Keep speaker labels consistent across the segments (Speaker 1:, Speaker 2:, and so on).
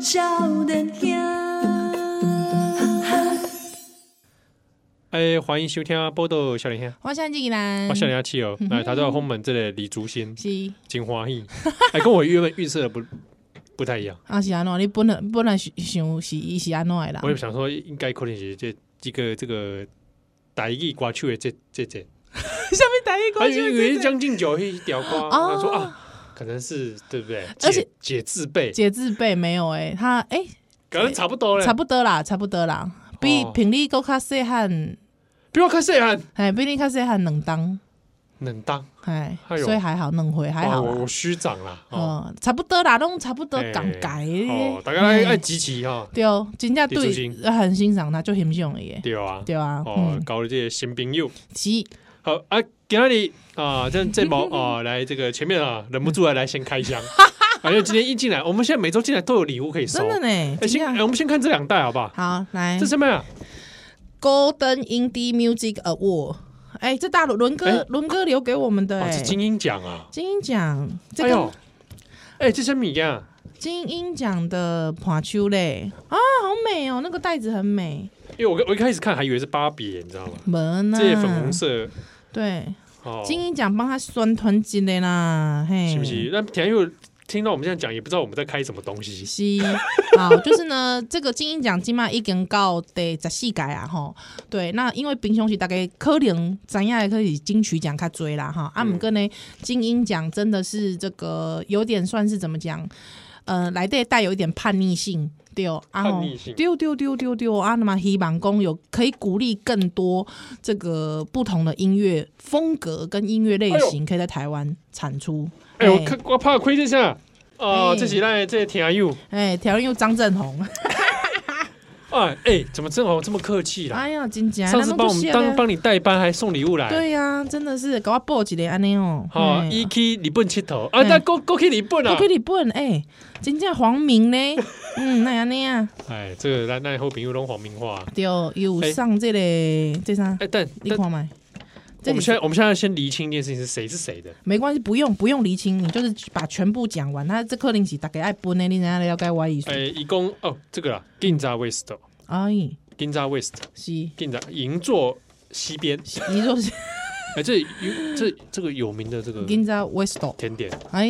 Speaker 1: 少年兄。
Speaker 2: 哎，欢迎收听《报道少年兄
Speaker 3: 我现在进来，》，
Speaker 2: 我少年兄七
Speaker 3: 嗯
Speaker 2: 友，来他到后门这里李竹新
Speaker 3: 是
Speaker 2: 金花艺，哎，跟我原本预测的不不太一样。
Speaker 3: 啊是安怎？你本来本来是想是伊是安怎的啦
Speaker 2: 我？也想说，应该可能是这这个这个台语歌曲的这这这，
Speaker 3: 下面第一
Speaker 2: 啊，
Speaker 3: 关
Speaker 2: 因为因为将近九一条歌，
Speaker 3: 哦
Speaker 2: 他说啊，可能是对不对？
Speaker 3: 而且
Speaker 2: 解解自备，
Speaker 3: 解字辈没有诶、他诶、
Speaker 2: 可能差不多嘞
Speaker 3: 差，不多啦，差不多啦，比
Speaker 2: 哦
Speaker 3: 平你够较细汉，
Speaker 2: 比我看谁还
Speaker 3: 哎，比你较细汉两当，
Speaker 2: 能当，
Speaker 3: 哎，
Speaker 2: 哎呦
Speaker 3: 所以还好两回还
Speaker 2: 哇
Speaker 3: 好
Speaker 2: 我
Speaker 3: 啦
Speaker 2: 我，虚长啦，哦，
Speaker 3: 哦，差不多啦，拢差不多
Speaker 2: 哎
Speaker 3: 感慨
Speaker 2: 哦，
Speaker 3: 咧，
Speaker 2: 大概爱
Speaker 3: 哎
Speaker 2: 集齐哈，
Speaker 3: 对，真正
Speaker 2: 李
Speaker 3: 对
Speaker 2: 祖新
Speaker 3: 很欣赏他，就欣赏伊诶，
Speaker 2: 对啊，
Speaker 3: 对啊，
Speaker 2: 哦
Speaker 3: 嗯，，
Speaker 2: 搞了这些新朋友。
Speaker 3: 是
Speaker 2: 好啊，给那里啊，这这 毛啊，来这个前面啊，忍不住来来先开箱，反正今天一进来，我们现在每周进来都有礼物可以收
Speaker 3: 真。的哎呢，
Speaker 2: 哎，
Speaker 3: 真
Speaker 2: 先
Speaker 3: 正
Speaker 2: 哎我们先看这两袋好不好？
Speaker 3: 好来
Speaker 2: 这。什么呀？
Speaker 3: Golden Indie Music Award。哎、这大陆伦
Speaker 2: 哎
Speaker 3: 哥伦、哥留给我们的、
Speaker 2: 哦，
Speaker 3: 哎、
Speaker 2: 是金鹰奖啊！
Speaker 3: 精英奖，这
Speaker 2: 哎
Speaker 3: 个
Speaker 2: 呦，哎，这些米呀，
Speaker 3: 精英奖的爬秋嘞啊，好美哦，那个袋子很美，
Speaker 2: 因为我我一开始看还以为是芭比，你知道吗？
Speaker 3: 门呐、
Speaker 2: 这些粉红色
Speaker 3: 对，
Speaker 2: 哦，
Speaker 3: 精英奖帮他酸团结的啦，嘿，
Speaker 2: 是不是？那田佑听到我们这样讲，也不知道我们在开什么东西。
Speaker 3: 是，好，就是呢，这个金鹰奖金嘛已经到第十四届啊吼。对，那因为平常时大概可能咱也可以金曲奖较多啦哈。啊，
Speaker 2: 嗯
Speaker 3: 毋过呢，金鹰奖真的是这个有点算是怎么讲？呃，来对带有一点叛逆性，对哦，啊
Speaker 2: 叛逆性
Speaker 3: 丢丢丢丢丢啊！那么希望公有可以鼓励更多这个不同的音乐风格跟音乐类型，可以在台湾产出。
Speaker 2: 哎，我
Speaker 3: 哎
Speaker 2: 看我怕亏这下哦，
Speaker 3: 哎
Speaker 2: 这几袋这些啊田佑，
Speaker 3: 哎，条件又张正宏，
Speaker 2: 哎哎，怎么正好这么客气啦？
Speaker 3: 哎呀，真正
Speaker 2: 上次
Speaker 3: 咱拢
Speaker 2: 帮我
Speaker 3: 足
Speaker 2: 们
Speaker 3: 熟
Speaker 2: 当
Speaker 3: 的
Speaker 2: 帮你代班，还送礼物来。
Speaker 3: 对呀、真的是给我报一个安尼哦。
Speaker 2: 好，
Speaker 3: 嘿
Speaker 2: 一去日本佚佗啊，
Speaker 3: 嘿
Speaker 2: 那过过去日本
Speaker 3: 我
Speaker 2: 啊
Speaker 3: 哎去。日本，哎、真正黄 明呢？嗯，那安尼啊，
Speaker 2: 哎，这个咱咱后朋友拢黄明话。
Speaker 3: 对，有上这个、这啥？
Speaker 2: 哎，但
Speaker 3: 你
Speaker 2: 但
Speaker 3: 看麦，
Speaker 2: 我
Speaker 3: 这
Speaker 2: 们
Speaker 3: 里嗯
Speaker 2: 现在我们现在先厘清一件事情是谁是谁的。
Speaker 3: 没关系，不用不用厘清，你就是把全部讲完。他这可能是大概爱分的，你知影了解我的意思？
Speaker 2: 哎，一共哦，这个啦，Ginza West，Ginza
Speaker 3: 哎，
Speaker 2: West，Ginza
Speaker 3: 是，伊
Speaker 2: 银座西边。
Speaker 3: 就是
Speaker 2: 哎，这有这这个有名的这个
Speaker 3: 今早 West，
Speaker 2: 甜点，
Speaker 3: 哎，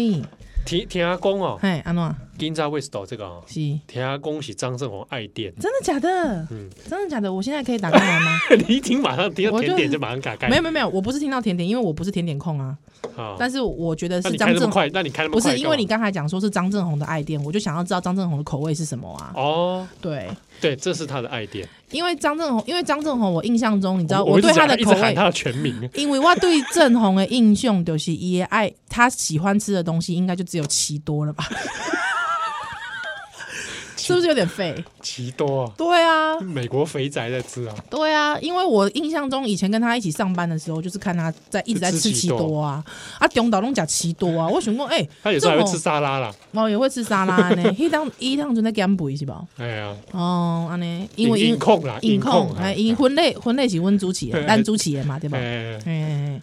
Speaker 2: 田田阿公哦
Speaker 3: 嘿，安怎
Speaker 2: ，Ginza West 这个啊，
Speaker 3: 是？
Speaker 2: 田阿公是张正宏爱 店。
Speaker 3: 真的假的？
Speaker 2: 嗯
Speaker 3: 真的假的？我现在可以打开 来吗？
Speaker 2: 你一听马上听到
Speaker 3: 我就
Speaker 2: 甜点就马上打开。
Speaker 3: 没有没有没有，我不是听到甜点，因为我不是甜点控啊。
Speaker 2: 啊，
Speaker 3: 但是我觉得
Speaker 2: 那
Speaker 3: 是
Speaker 2: 你开
Speaker 3: 张
Speaker 2: 那么
Speaker 3: 正
Speaker 2: 快，那你开那么
Speaker 3: 不
Speaker 2: 快干嘛，
Speaker 3: 是因为你刚才讲说是张正宏的爱店，我就想要知道张正宏的口味是什么啊？
Speaker 2: 哦，
Speaker 3: 对，
Speaker 2: 对，这是他的爱店。
Speaker 3: 因为张正宏，因为张正宏，我印象中你知道
Speaker 2: 我
Speaker 3: 我对
Speaker 2: 他
Speaker 3: 他的
Speaker 2: 一直
Speaker 3: 口
Speaker 2: 喊
Speaker 3: 味，
Speaker 2: 他的全名，
Speaker 3: 因为我对正宏的印象就是也爱他喜欢吃的东西，应该就只有奇 多了吧？是不是有点废？
Speaker 2: 奇多啊，
Speaker 3: 对啊，
Speaker 2: 美国肥宅在吃啊，
Speaker 3: 对啊，因为我印象中以前跟他一起上班的时候，就是看他在一直在
Speaker 2: 就吃
Speaker 3: 吃
Speaker 2: 奇
Speaker 3: 奇
Speaker 2: 多
Speaker 3: 多啊，啊，中岛拢讲奇多啊，我想讲，哎、
Speaker 2: 他有时候还
Speaker 3: 这
Speaker 2: 会
Speaker 3: 么
Speaker 2: 吃沙拉啦。
Speaker 3: 我也会吃沙拉呢， 迄当伊当阵在减肥是吧？
Speaker 2: 哎呀，
Speaker 3: 哦，安尼，因
Speaker 2: 因
Speaker 3: 为
Speaker 2: 因控啦，
Speaker 3: 因控，
Speaker 2: 哎
Speaker 3: 哎，因婚类婚类是温主持
Speaker 2: 嘿
Speaker 3: 的，单主持的嘛，对吧？哎
Speaker 2: 哎，哎
Speaker 3: 哎，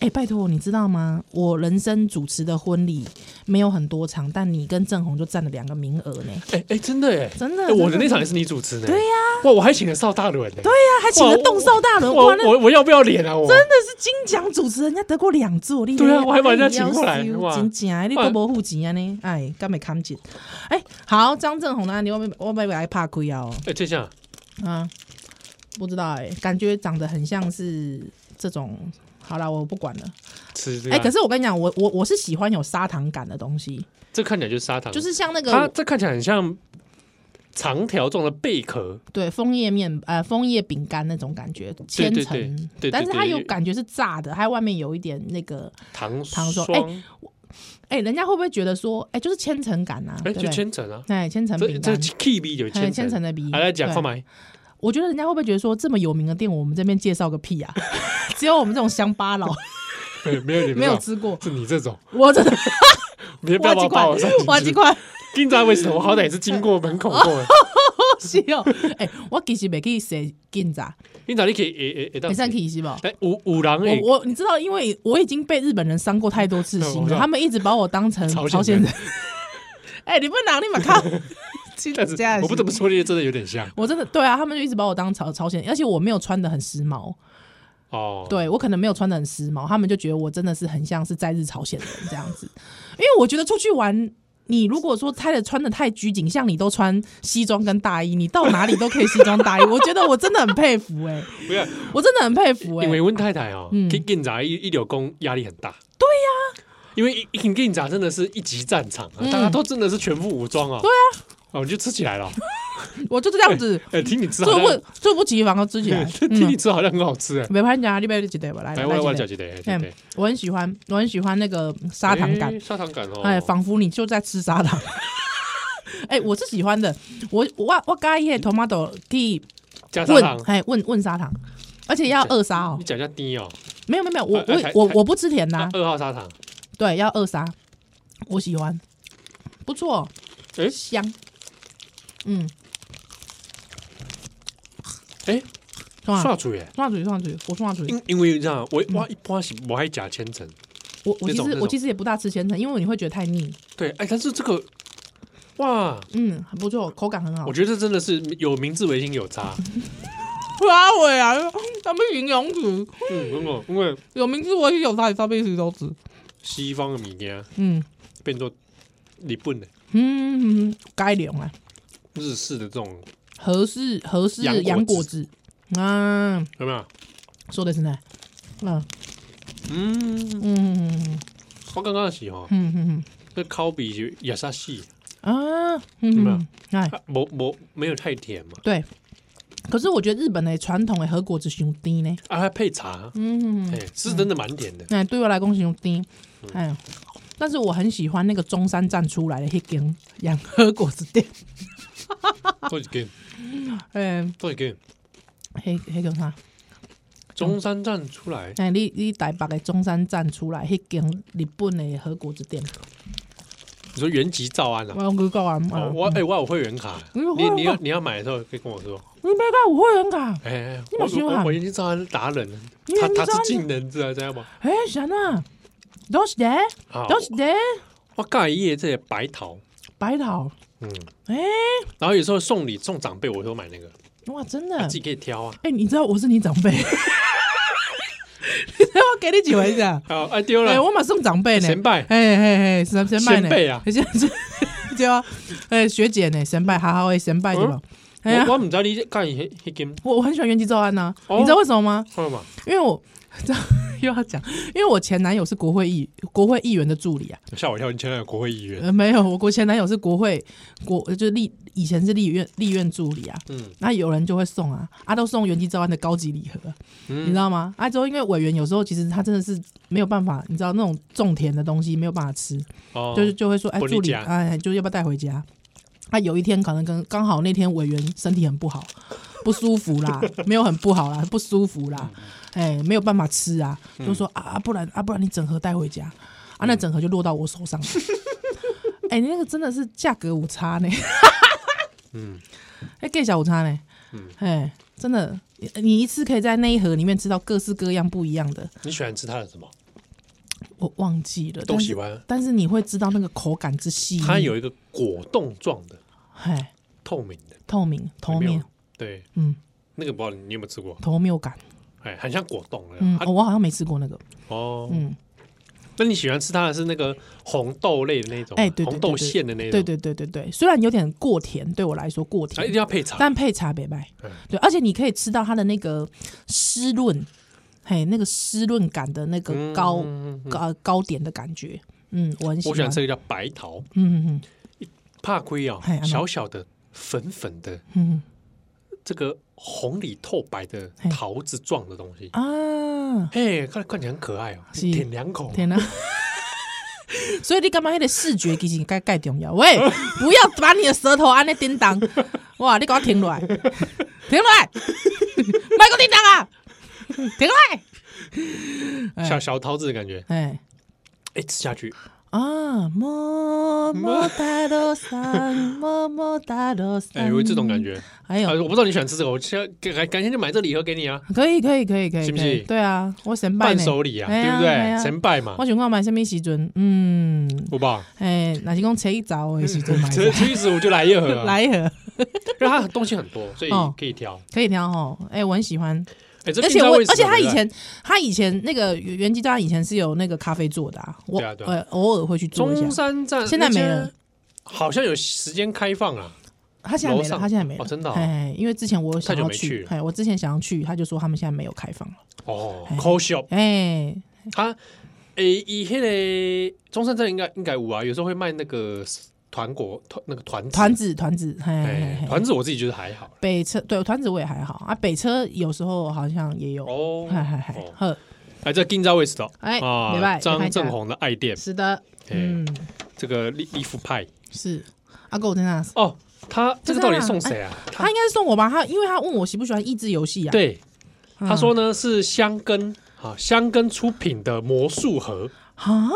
Speaker 3: 哎拜托，你知道吗？我人生主持的婚礼没有很多场，但你跟郑红就占了两个名额 呢，
Speaker 2: 哎哎，真的哎，
Speaker 3: 真的
Speaker 2: 哎。我的
Speaker 3: 真
Speaker 2: 那场也是你主持呢。
Speaker 3: 对呀，
Speaker 2: 哇，我还请了邵大伦呢。对
Speaker 3: 对呀，还请了动少大人，哇，
Speaker 2: 哇，
Speaker 3: 那
Speaker 2: 我我要不要脸啊？我
Speaker 3: 真的是金奖主持人，人家得过两座，你
Speaker 2: 对啊
Speaker 3: 嘞
Speaker 2: 我还把人家
Speaker 3: 哎
Speaker 2: 请过来
Speaker 3: 夭寿
Speaker 2: 哇
Speaker 3: 真正的，你都无付钱啊呢，哎，敢没看紧？哎，好，张正宏的案例，我被我被来拍开啊哦。
Speaker 2: 哎，这下
Speaker 3: 啊，不知道哎、感觉长得很像是这种。好啦，我不管了。
Speaker 2: 吃这
Speaker 3: 哎、可
Speaker 2: 个，
Speaker 3: 是我跟你讲，我我我是喜欢有砂糖感的东西，
Speaker 2: 这看起来就是砂糖，
Speaker 3: 就是像那
Speaker 2: 它
Speaker 3: 个
Speaker 2: 这看起来很像长条状的贝壳，
Speaker 3: 对枫叶面呃枫叶饼干那种感觉，千层，
Speaker 2: 对对对
Speaker 3: 但是它
Speaker 2: 对
Speaker 3: 有感觉是炸的，它外面有一点那个，
Speaker 2: 糖
Speaker 3: 糖霜
Speaker 2: 霜，
Speaker 3: 哎、人家会不会觉得说，哎、就是千层感啊，
Speaker 2: 哎，
Speaker 3: 对
Speaker 2: 就
Speaker 3: 不对？
Speaker 2: 千层啊，
Speaker 3: 哎，千层
Speaker 2: 这
Speaker 3: 饼
Speaker 2: 这
Speaker 3: 干，
Speaker 2: K B 有
Speaker 3: 哎，
Speaker 2: 千层
Speaker 3: 千层。的饼，
Speaker 2: 来来讲，
Speaker 3: 对
Speaker 2: 放买
Speaker 3: 我觉得人家会不会觉得说，这么有名的店，我们这边介绍个屁 啊？只有我们这种乡巴佬
Speaker 2: 没 有没有你们
Speaker 3: 没有
Speaker 2: 这种
Speaker 3: 吃过，
Speaker 2: 是你这种，
Speaker 3: 我真的
Speaker 2: 你不要
Speaker 3: 挖几
Speaker 2: 把
Speaker 3: 块
Speaker 2: 把我上进，去
Speaker 3: 挖几块。
Speaker 2: 金扎为什么？我好歹也是经过门口过 的。
Speaker 3: 是哦， 哎、我其实袂去洗镜子，
Speaker 2: 金扎，你可以诶诶诶，
Speaker 3: 会
Speaker 2: 哎
Speaker 3: 上去是不？
Speaker 2: 哎，五五郎诶，
Speaker 3: 我我你知道，因为我已经被日本人伤过太多 次
Speaker 2: 对我
Speaker 3: 心
Speaker 2: 知道
Speaker 3: 了，他们一直把我当成
Speaker 2: 朝鲜
Speaker 3: 朝鲜
Speaker 2: 人
Speaker 3: 人。哎、你不拿你马靠，真
Speaker 2: 但是
Speaker 3: 的是
Speaker 2: 我不得不说，这些真的有点像
Speaker 3: 我真的对啊，他们就一直把我当朝朝鲜人，而且我没有穿的很时髦，
Speaker 2: 哦。，
Speaker 3: 对我可能没有穿的很时髦，他们就觉得我真的是很像是在日朝鲜人这样子。因为我觉得出去玩，你如果说太的穿的太拘谨，像你都穿西装跟大衣，你到哪里都可以西装大衣，我觉得我真的很佩服哎、
Speaker 2: 不要，
Speaker 3: 我真的很佩服哎、
Speaker 2: 因为温太太哦
Speaker 3: 嗯，
Speaker 2: 给警察一一流工压力很大。对呀，因为一一警察真的是一级战场啊，
Speaker 3: 嗯
Speaker 2: 大家都真的是全副武装啊。对啊，哦，你就吃起来 了。
Speaker 3: 我就是这样子
Speaker 2: 哎，听你吃好
Speaker 3: 猝
Speaker 2: 像，，
Speaker 3: 不猝不及防的自己来嗯
Speaker 2: 听你吃好像很好吃哎。
Speaker 3: 没拍讲，你别记得吧，来
Speaker 2: 来，
Speaker 3: 来
Speaker 2: 我来我来
Speaker 3: 几
Speaker 2: 讲
Speaker 3: 个
Speaker 2: 几对
Speaker 3: 嗯
Speaker 2: 对，
Speaker 3: 我很喜欢，我很喜欢那个砂糖感
Speaker 2: 哎，砂糖感哦，
Speaker 3: 哎，仿佛你就在吃砂糖。 哎、我是喜欢的，我我我刚一 tomato 去
Speaker 2: 加砂
Speaker 3: 问
Speaker 2: 糖，，
Speaker 3: 哎，问问砂糖，而且要二砂哦
Speaker 2: 你，讲一下低哦，
Speaker 3: 没有没有没有，我
Speaker 2: 哎哎台
Speaker 3: 我我
Speaker 2: 台
Speaker 3: 我不吃甜的啊、
Speaker 2: 那二号砂糖，
Speaker 3: 对，要二砂，我喜欢，不错，
Speaker 2: 哎
Speaker 3: 香，嗯，
Speaker 2: 哎，
Speaker 3: 干嘛
Speaker 2: 刷主耶。
Speaker 3: 涮嘴涮嘴，我涮嘴，
Speaker 2: 因因为你知道，我我一般是我爱夹千层，
Speaker 3: 我我
Speaker 2: 这
Speaker 3: 其
Speaker 2: 种这
Speaker 3: 实
Speaker 2: 种
Speaker 3: 我其实也不大吃千层，因为你会觉得太腻，
Speaker 2: 对，哎，但是这个，哇，
Speaker 3: 嗯，很不错，口感很好
Speaker 2: 我。觉得这真的是有明治维新有 差，
Speaker 3: 哇喂啊，他们形容词
Speaker 2: 嗯，因为因为
Speaker 3: 有名字我也有它，上面是都吃，
Speaker 2: 西方的物件
Speaker 3: 嗯。
Speaker 2: 变做日本的
Speaker 3: 嗯，该凉啊，
Speaker 2: 日式的这种，
Speaker 3: 合适合适
Speaker 2: 洋果子
Speaker 3: 洋果子，啊，
Speaker 2: 有没有？
Speaker 3: 说的是呢，嗯
Speaker 2: 嗯，
Speaker 3: 嗯
Speaker 2: 我刚刚是哦，
Speaker 3: 嗯嗯
Speaker 2: 那烤比是也是细，
Speaker 3: 嗯啊，
Speaker 2: 有没有
Speaker 3: 嗯，哎，
Speaker 2: 啊没没没有太甜嘛，
Speaker 3: 对。可是我觉得日本的传统的和果子熊低呢，
Speaker 2: 啊，还配茶，
Speaker 3: 嗯，
Speaker 2: 哎，是真的蛮甜的，
Speaker 3: 哎，对我来讲熊低，哎，但是我很喜欢那个中山站出来的那间洋和果子店，嗯
Speaker 2: 都是跟
Speaker 3: 哎，
Speaker 2: 都是跟
Speaker 3: 迄迄叫啥？
Speaker 2: 中山站出来，
Speaker 3: 哎，你你台北的中山站出来迄间日本的和果子店，
Speaker 2: 你说原籍照安啊
Speaker 3: 我。有去过啊，
Speaker 2: 哦
Speaker 3: 啊，
Speaker 2: 我哎、我有会员卡，
Speaker 3: 你
Speaker 2: 你
Speaker 3: 有会
Speaker 2: 你
Speaker 3: 员
Speaker 2: 要
Speaker 3: 卡
Speaker 2: 你要买的时候可以跟我说。
Speaker 3: 你别讲有会员卡。
Speaker 2: 哎、哎
Speaker 3: 你
Speaker 2: 我
Speaker 3: 买信用卡
Speaker 2: 我我已经知道他是达人了，
Speaker 3: 你
Speaker 2: 他
Speaker 3: 买信用
Speaker 2: 他
Speaker 3: 卡
Speaker 2: 是技能，知道这样吗？
Speaker 3: 哎、欸，啥呐？都是的，
Speaker 2: 好，
Speaker 3: 都是的，
Speaker 2: 我盖一页这些白桃，
Speaker 3: 白桃。
Speaker 2: 嗯，
Speaker 3: 哎、
Speaker 2: 然后有时候送礼送长辈，我都买那个，
Speaker 3: 哇，真的。
Speaker 2: 自己可以挑啊。
Speaker 3: 哎、你知道我是你长辈？你 知道我给你几回子 啊？
Speaker 2: 好，哎丢
Speaker 3: 哎、
Speaker 2: 了，
Speaker 3: 我嘛送长辈呢。
Speaker 2: 前拜
Speaker 3: 嘿嘿嘿，神神拜呢？
Speaker 2: 先辈啊
Speaker 3: 先，对啊。哎、学姐呢？神拜，好好哎，神拜
Speaker 2: 嗯
Speaker 3: 对吧？哎呀
Speaker 2: 我，我唔知你盖迄迄间，
Speaker 3: 我我很喜欢元气兆安呐、
Speaker 2: 哦
Speaker 3: 你知道为什么吗？
Speaker 2: 看到嘛？
Speaker 3: 因为我 又要讲，因为我前男友是国会议国会议员的助理啊。
Speaker 2: 吓我一跳，你前两个国会议员，
Speaker 3: 呃，没有，我国前男友是国会国，呃就是立以前是立院立院助理啊。
Speaker 2: 嗯
Speaker 3: 那有人就会送啊，啊都送原机招安的高级礼盒，你知
Speaker 2: 嗯，
Speaker 3: 道吗？啊之后因为委员有时候其实他真的是没有办法，你知道那种种田的东西没有办法吃，
Speaker 2: 哦
Speaker 3: 就是就会说哎
Speaker 2: 不理
Speaker 3: 助理
Speaker 2: 解
Speaker 3: 哎就要不要带回家？啊有一天可能跟刚好那天委员身体很不好， 不舒服啦，没有很不好啦，不舒服啦，哎没有办法吃啊，
Speaker 2: 嗯
Speaker 3: 就说啊啊不然啊不然你整盒带回家，啊那整盒就落到我手 上了，哎那个真的是价格无差呢。
Speaker 2: 嗯，
Speaker 3: 哎，给小午餐呢？
Speaker 2: 嗯
Speaker 3: 哎，真的，你你一次可以在那一盒里面吃到各式各样不一样的，
Speaker 2: 你喜欢吃它的什么？
Speaker 3: 我忘记了，
Speaker 2: 都
Speaker 3: 但
Speaker 2: 喜
Speaker 3: 是，
Speaker 2: 欢。
Speaker 3: 但是你会知道那个口感之细腻，
Speaker 2: 它有一个果冻状的，
Speaker 3: 哎
Speaker 2: 透明的，
Speaker 3: 透明头
Speaker 2: 里面
Speaker 3: 面
Speaker 2: 有，对，
Speaker 3: 嗯，
Speaker 2: 那个不知道你有没有吃过？
Speaker 3: 头面有感，
Speaker 2: 哎，很像果冻啊的。
Speaker 3: 嗯，
Speaker 2: 它
Speaker 3: 哦我好像没吃过那个，
Speaker 2: 哦，
Speaker 3: 嗯，
Speaker 2: 那你喜欢吃它的是那个红豆类的那种，
Speaker 3: 哎对对
Speaker 2: 红豆馅的那种，
Speaker 3: 对对对对对，虽然有点过甜，对我来说过
Speaker 2: 啊，一
Speaker 3: 甜
Speaker 2: 定，要配茶。
Speaker 3: 但配茶别白
Speaker 2: 嗯，
Speaker 3: 对，而且你可以吃到它的那个湿润，嘿，那个湿润感的那个高
Speaker 2: 嗯嗯嗯
Speaker 3: 高高点的感觉，嗯，我很喜
Speaker 2: 我喜
Speaker 3: 欢
Speaker 2: 欢，吃一个叫白桃，
Speaker 3: 嗯嗯
Speaker 2: 怕亏啊
Speaker 3: 嘿，安怎
Speaker 2: 小小的、粉粉的，
Speaker 3: 嗯
Speaker 2: 这个红里透白的
Speaker 3: 嘿
Speaker 2: 桃子状的东西，
Speaker 3: 嗯啊。
Speaker 2: 嘿，看看起来很可爱哦，
Speaker 3: 是
Speaker 2: 舔两口，
Speaker 3: 天哪、 所以你干嘛？那个视觉其实该盖重要。喂， 不要把你的舌头按那叮当，哇！你给我停下来， 停下来， 卖个叮当啊！ 停下来。
Speaker 2: 小小桃子的感觉，
Speaker 3: 哎，
Speaker 2: 哎，吃下去，
Speaker 3: 啊，么么哒 哆三，么么哒哆三，
Speaker 2: 哎，有这种感。觉。
Speaker 3: 还
Speaker 2: 啊，
Speaker 3: 有，
Speaker 2: 我不知道你喜欢吃这个，我现在改改天就买这礼盒给你啊，
Speaker 3: 可以可以可以可以，
Speaker 2: 是不
Speaker 3: 可以
Speaker 2: 是
Speaker 3: 对啊，我先拜
Speaker 2: 伴
Speaker 3: 呢。
Speaker 2: 手礼啊，
Speaker 3: 哎
Speaker 2: 对
Speaker 3: 呀
Speaker 2: 不
Speaker 3: 哎
Speaker 2: 对？
Speaker 3: 呀
Speaker 2: 成败嘛，
Speaker 3: 我想看买什么时阵，嗯，
Speaker 2: 好不好？
Speaker 3: 哎，若是讲初一早的 时阵 买，
Speaker 2: 这其实我就来一盒啊，
Speaker 3: 来一盒
Speaker 2: 因为它东西很多，所以
Speaker 3: 哦
Speaker 2: 可以挑。
Speaker 3: 可以挑吼，哎，我很喜欢，
Speaker 2: 哎，这
Speaker 3: 而
Speaker 2: 冰
Speaker 3: 且
Speaker 2: 沙
Speaker 3: 我
Speaker 2: 味是
Speaker 3: 而且他
Speaker 2: 什么
Speaker 3: 以前他以前那个原原基他以前是有那个咖啡做的啊，我
Speaker 2: 对啊对啊
Speaker 3: 呃偶尔会去做一
Speaker 2: 中
Speaker 3: 下，
Speaker 2: 山站
Speaker 3: 现在没，
Speaker 2: 那
Speaker 3: 了
Speaker 2: 家好像有时间开放啊。
Speaker 3: 他现在没
Speaker 2: 楼
Speaker 3: 了，
Speaker 2: 上
Speaker 3: 他现在没了，
Speaker 2: 哦真的哦
Speaker 3: 哎，因为之前我想
Speaker 2: 太
Speaker 3: 要
Speaker 2: 久没去
Speaker 3: 去
Speaker 2: 了，
Speaker 3: 哎，我之前想要去，他就说他们现在没有开放了，
Speaker 2: 哦
Speaker 3: 哎
Speaker 2: ，call shop，
Speaker 3: 哎，
Speaker 2: 它诶，以迄个中山站应该应该有啊，有时候会卖那个团果团那个团子
Speaker 3: 团，子团子，嘿嘿
Speaker 2: 哎
Speaker 3: 嘿，，
Speaker 2: 团子我自己觉得还好
Speaker 3: 北车对团子我也还好啊，北车有时候好像也有，
Speaker 2: 哦
Speaker 3: 嗨嗨嗨，
Speaker 2: 哦
Speaker 3: 呵，
Speaker 2: 哎，这金兆卫 t
Speaker 3: 哎没
Speaker 2: 啊，
Speaker 3: 办
Speaker 2: 张正宏的爱店，
Speaker 3: 是的，
Speaker 2: 哎，
Speaker 3: 嗯，
Speaker 2: 这个利利夫派
Speaker 3: 是阿狗在那，
Speaker 2: 哦，他这个到
Speaker 3: 真的啊
Speaker 2: 底送谁啊？
Speaker 3: 他应该是送我吧，他因为他问我喜不喜欢益智游戏啊，
Speaker 2: 对，
Speaker 3: 嗯，
Speaker 2: 他说呢是香根啊，香根出品的魔术盒，
Speaker 3: 啊，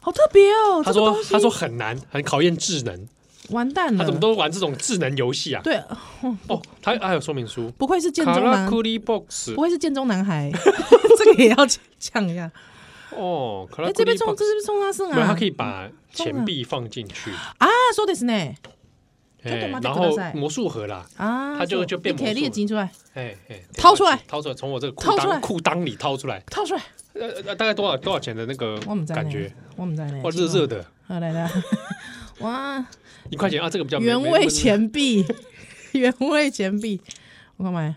Speaker 3: 好特别哦，
Speaker 2: 他
Speaker 3: 这个
Speaker 2: 说
Speaker 3: 东西
Speaker 2: 他说很难，很考验智能，
Speaker 3: 完蛋
Speaker 2: 他
Speaker 3: 了
Speaker 2: 怎么，都玩这种智能游戏啊？
Speaker 3: 对，
Speaker 2: 哦，他还有说明书，
Speaker 3: 不愧是建
Speaker 2: 卡
Speaker 3: 中
Speaker 2: 拉
Speaker 3: 男，
Speaker 2: 库里 box
Speaker 3: 不愧是建中 男孩，这个也要讲一下，
Speaker 2: 哦，卡拉
Speaker 3: 哎，
Speaker 2: 库里
Speaker 3: 这边冲
Speaker 2: box，
Speaker 3: 这边冲他胜
Speaker 2: 没有，
Speaker 3: 啊，
Speaker 2: 他可以把钱币放进去，
Speaker 3: 啊，说的是呢，
Speaker 2: 哎
Speaker 3: ちょっと待って
Speaker 2: 然
Speaker 3: く
Speaker 2: 后
Speaker 3: ださい
Speaker 2: 魔术盒啦，
Speaker 3: 啊，
Speaker 2: 他就
Speaker 3: 说
Speaker 2: 就变
Speaker 3: 你给
Speaker 2: 魔术
Speaker 3: 力
Speaker 2: 了
Speaker 3: 的挤出来，
Speaker 2: 哎哎，
Speaker 3: 掏出来
Speaker 2: 掏出来，从我这个裤
Speaker 3: 掏出
Speaker 2: 裆
Speaker 3: 来
Speaker 2: 裤裆里掏出来，
Speaker 3: 掏出来，
Speaker 2: 呃，呃大概多少多少钱的那个
Speaker 3: 我们在
Speaker 2: 感
Speaker 3: 呢哎
Speaker 2: 觉？，
Speaker 3: 我们在呢，
Speaker 2: 哇，热热的，
Speaker 3: 好来 来，哇，
Speaker 2: 一块钱啊，这个比较没
Speaker 3: 原
Speaker 2: 没那么
Speaker 3: 味钱币， 原味钱币，我看买，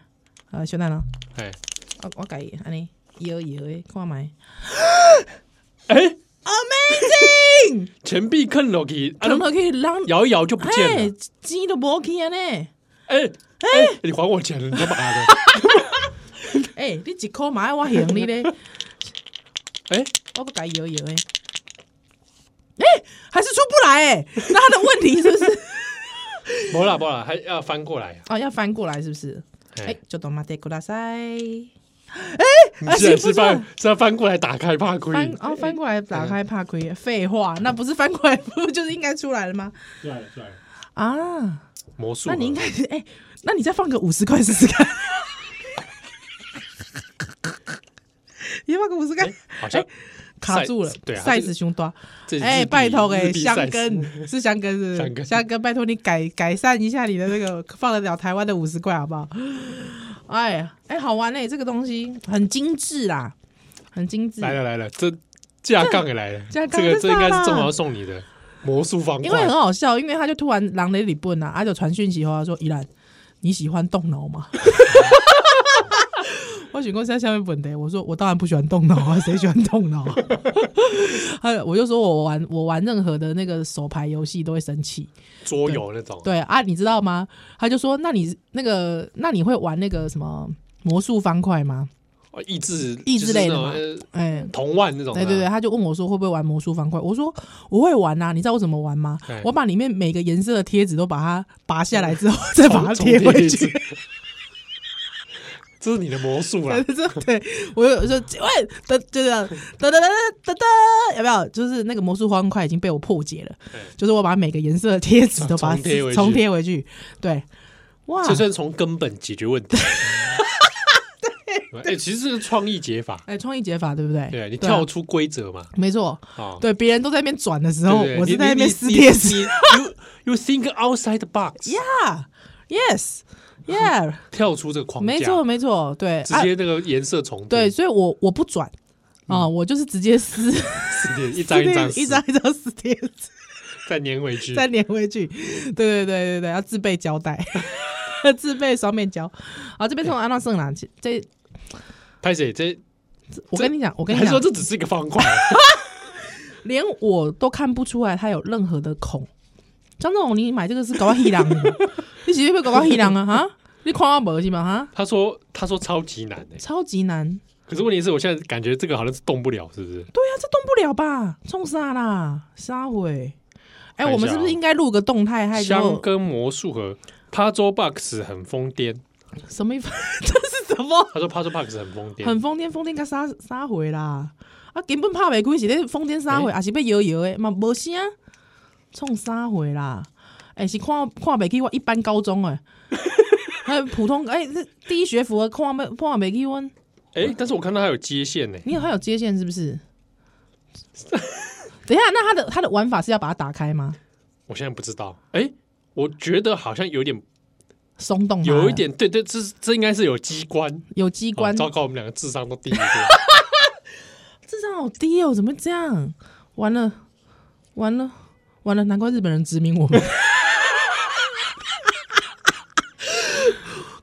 Speaker 3: 呃，小蛋啊，
Speaker 2: 哎
Speaker 3: 我我改安尼，摇摇的，看买，
Speaker 2: 哎，Amazing！钱币坑落去，啊
Speaker 3: 可能可以让，
Speaker 2: 摇一摇就不见
Speaker 3: 哎
Speaker 2: 了。，
Speaker 3: 钱都无去啊安尼，
Speaker 2: 哎哎，你还我钱了，你他妈的！
Speaker 3: 哎，你一箍嘛爱我行你咧，
Speaker 2: 哎，
Speaker 3: 我不改摇摇的，哎，还是出不来哎，那他的问题是不是？
Speaker 2: 不啦不啦，还要翻过来。 啊
Speaker 3: 哦，要翻过来是不是？哎
Speaker 2: 哎，，
Speaker 3: 就懂吗？得过来塞，
Speaker 2: 你
Speaker 3: 啊
Speaker 2: 竟然哎是
Speaker 3: 是不是
Speaker 2: 翻是要翻过来打开怕亏。
Speaker 3: 翻哦翻过来打开怕亏，废话，那不是翻过来不就是应该出来了吗？
Speaker 2: 对对，
Speaker 3: 啊，
Speaker 2: 魔术
Speaker 3: 那
Speaker 2: 盒。
Speaker 3: 你应该哎、那你再放个五十块试试 看。你放个五十块
Speaker 2: 哎，好像
Speaker 3: 卡住了
Speaker 2: size，，对啊它这个
Speaker 3: size 胸大，
Speaker 2: 这
Speaker 3: 哎、
Speaker 2: 日币
Speaker 3: 拜托哎、
Speaker 2: 日币
Speaker 3: 香
Speaker 2: size
Speaker 3: 根是香根是不是
Speaker 2: 香根
Speaker 3: 香根，拜托你改改善一下你的那个放得了台湾的五十块好不好？哎呀，哎，好玩哎、这个东西很精致啦，很精致，
Speaker 2: 来了来了，这架杠也来了，
Speaker 3: 架
Speaker 2: 这
Speaker 3: 杠
Speaker 2: 个这
Speaker 3: 就
Speaker 2: 应
Speaker 3: 上
Speaker 2: 该是
Speaker 3: 了
Speaker 2: 正好要送你的魔术方
Speaker 3: 因为很
Speaker 2: 块。
Speaker 3: 好笑，因为他就突然狼雷里蹦啊，他就传讯息后他说：“依兰，你喜欢动脑吗？” 我选过在下面本的，我说我当然不喜欢动脑 啊，谁喜欢动脑、啊？ 还有我就说我玩我玩任何的那个手牌游戏都会生气，
Speaker 2: 桌游那种，
Speaker 3: 对啊，你知道吗？他就说那你那个那你会玩那个什么魔术方块吗？
Speaker 2: 哦益智
Speaker 3: 益智类的嘛
Speaker 2: 就是那种呃
Speaker 3: 哎、
Speaker 2: 铜腕那种的。
Speaker 3: 对对对，他就问我说会不会玩魔术方块，我说我会玩啊，你知道我怎么玩吗
Speaker 2: 对？
Speaker 3: 我把里面每个颜色的贴纸都把它拔下 来之后，再把它
Speaker 2: 重
Speaker 3: 贴回
Speaker 2: 一次
Speaker 3: 去。
Speaker 2: 这是你的魔术啦
Speaker 3: 对。对对，我有说喂，噔就这样，噔噔噔噔噔噔，有没有？就是那个魔术方块已经被我破解了
Speaker 2: 对，
Speaker 3: 就是我把每个颜色的贴纸都把它
Speaker 2: 哎 重贴回去
Speaker 3: 重贴回去。对，哇，
Speaker 2: 这算从根本解决问 题。哎，其实这个创意解法，
Speaker 3: 哎，创意解法对不对？
Speaker 2: 对你
Speaker 3: 啊
Speaker 2: 跳出规则嘛。
Speaker 3: 没错，
Speaker 2: 啊，
Speaker 3: 对，别人都在那边转的时
Speaker 2: 对
Speaker 3: 候
Speaker 2: 不对，
Speaker 3: 我是
Speaker 2: 你
Speaker 3: 在那
Speaker 2: 你
Speaker 3: 边
Speaker 2: 你
Speaker 3: 撕
Speaker 2: 你
Speaker 3: 贴纸。
Speaker 2: 你 You you think outside the box，
Speaker 3: Yeah，yes，yeah。
Speaker 2: 跳出这个框架，
Speaker 3: 没错，，没错，对，
Speaker 2: 直
Speaker 3: 啊
Speaker 2: 接那嗯个颜色重叠
Speaker 3: 对，，所以我我不转啊、我就是直 接撕
Speaker 2: 撕贴一嗯张一 张
Speaker 3: 一
Speaker 2: 撕
Speaker 3: 张一张撕贴纸，
Speaker 2: 再粘回去。
Speaker 3: 再粘回去。对对对对对，要自备 胶带，自备双面胶。好，这边是我安娜圣兰，这
Speaker 2: 拍谁？这
Speaker 3: 我跟你讲，我跟你
Speaker 2: 还
Speaker 3: 讲
Speaker 2: 说，这只是一个方块，
Speaker 3: 连我都看不出来它有任何的孔。张总，你买这个是搞到黑狼的， 你直接被搞到黑狼啊？哈，你看我没是吗？哈，
Speaker 2: 他说他说超级难哎、
Speaker 3: 超级难。
Speaker 2: 可是问题是我现在感觉这个好像是动不了，是不是？
Speaker 3: 对呀、这动不了吧？冲啥啦？杀回。哎、
Speaker 2: 看一下啊
Speaker 3: 我们是不是
Speaker 2: 哦
Speaker 3: 应该录个动态？还有
Speaker 2: 香根魔术盒，他周 box 很疯癫，
Speaker 3: 什么意思？这是什么？
Speaker 2: 他说 Puzzle Box 很疯癫，
Speaker 3: 很疯癫，疯癫甲杀杀回啦！啊，根本拍袂开是咧疯癫杀回，也是要摇摇的嘛，无声，创杀回啦！哎、是看看袂起我一般高中 诶，还有普通哎、这第一学府的看袂看袂起我，
Speaker 2: 哎，但是我看到他有接线呢，
Speaker 3: 你有还有接线是不 是？等一下，那他的他的玩法是要把它打开吗？
Speaker 2: 我现在不知道，哎，我觉得好像有点
Speaker 3: 嗯松动它
Speaker 2: 有一
Speaker 3: 了
Speaker 2: 点，对对，这这应该是有机关。
Speaker 3: 有机
Speaker 2: 哦
Speaker 3: 关，
Speaker 2: 糟糕，我们两个智商都低一 点。
Speaker 3: 智商好低哦，怎么会这样？完了，完了，完了！难怪日本人殖民 我们。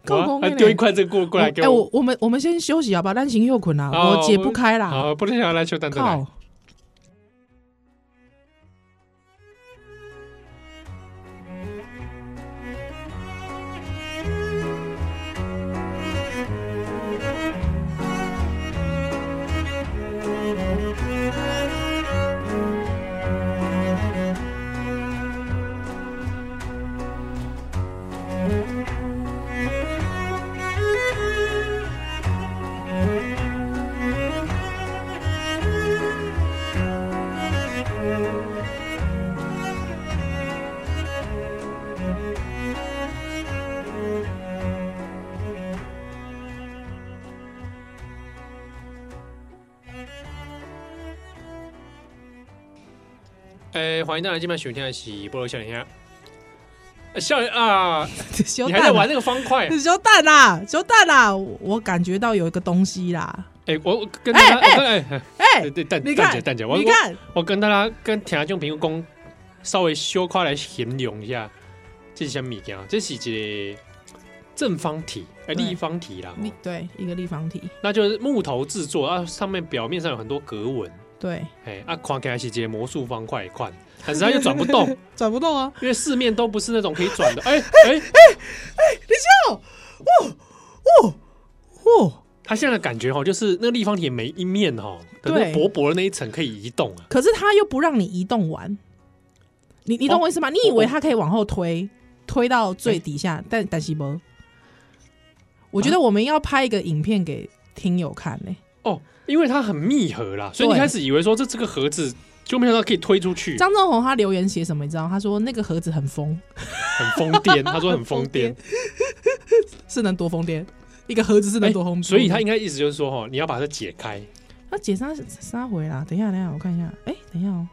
Speaker 3: 够
Speaker 2: 哇
Speaker 3: 公
Speaker 2: 还
Speaker 3: 平
Speaker 2: 丢一
Speaker 3: 嘞
Speaker 2: 块这个过过来给
Speaker 3: 哎、
Speaker 2: 我
Speaker 3: 我。我们我们先休息好吧，啊单行又困啦，
Speaker 2: 好
Speaker 3: 我解不开啦，
Speaker 2: 好，不能想要篮球蛋啊蛋来
Speaker 3: 啊靠！
Speaker 2: 哎，欢迎大家今晚收听的是菠萝笑脸虾。呃笑脸啊，
Speaker 3: 修
Speaker 2: 你还在
Speaker 3: 蛋啊
Speaker 2: 玩，那个方块？
Speaker 3: 修蛋啦，修蛋啦！我我感觉到有一个东西啦，
Speaker 2: 哎，我我跟大家，
Speaker 3: 哎
Speaker 2: 我跟哎，哎
Speaker 3: 哎、
Speaker 2: 对对，蛋
Speaker 3: 你
Speaker 2: 蛋
Speaker 3: 看
Speaker 2: 姐蛋姐，我
Speaker 3: 你
Speaker 2: 我
Speaker 3: 看，
Speaker 2: 我跟大家跟听众朋友讲，稍微小快来形容一下这是什么物件？这是一个正方体，哎，
Speaker 3: 对
Speaker 2: 立方体啦，
Speaker 3: 你对一个立方体，
Speaker 2: 那就是木头制作，啊，上面表面上有很多格纹，
Speaker 3: 对，
Speaker 2: 哎，啊，看起来是一个魔术方块 款，但是它又转不动，
Speaker 3: 转不动啊！
Speaker 2: 因为四面都不是那种可以 转的。哎哎，哦
Speaker 3: 哦，
Speaker 2: 它现在的感觉哈，就是那个立方体每一面哈，的那
Speaker 3: 对
Speaker 2: 薄薄的那一层可以移动啊。
Speaker 3: 可是它又不让你移动完，你你懂
Speaker 2: 哦哎
Speaker 3: 我意思吗？你以为它可以往后推，推到最底下，但但是
Speaker 2: 啊
Speaker 3: 不，我觉得我们要拍一个影片给听友看呢、
Speaker 2: 哦，因为它很密合啦，所以你
Speaker 3: 对
Speaker 2: 开始以为说这这个盒子就没想到可以推出去，
Speaker 3: 张正宏他留言写什么？你知道？他说那个盒子很疯，
Speaker 2: 很疯癫。他说很疯癫，
Speaker 3: 是能多疯癫？一个盒子是能
Speaker 2: 哎
Speaker 3: 多疯、
Speaker 2: 所以他应该意思就是说哦哈，你要把它解开。
Speaker 3: 他解杀杀回啦。等一下，等一下，我看一下。哎、等一下哦，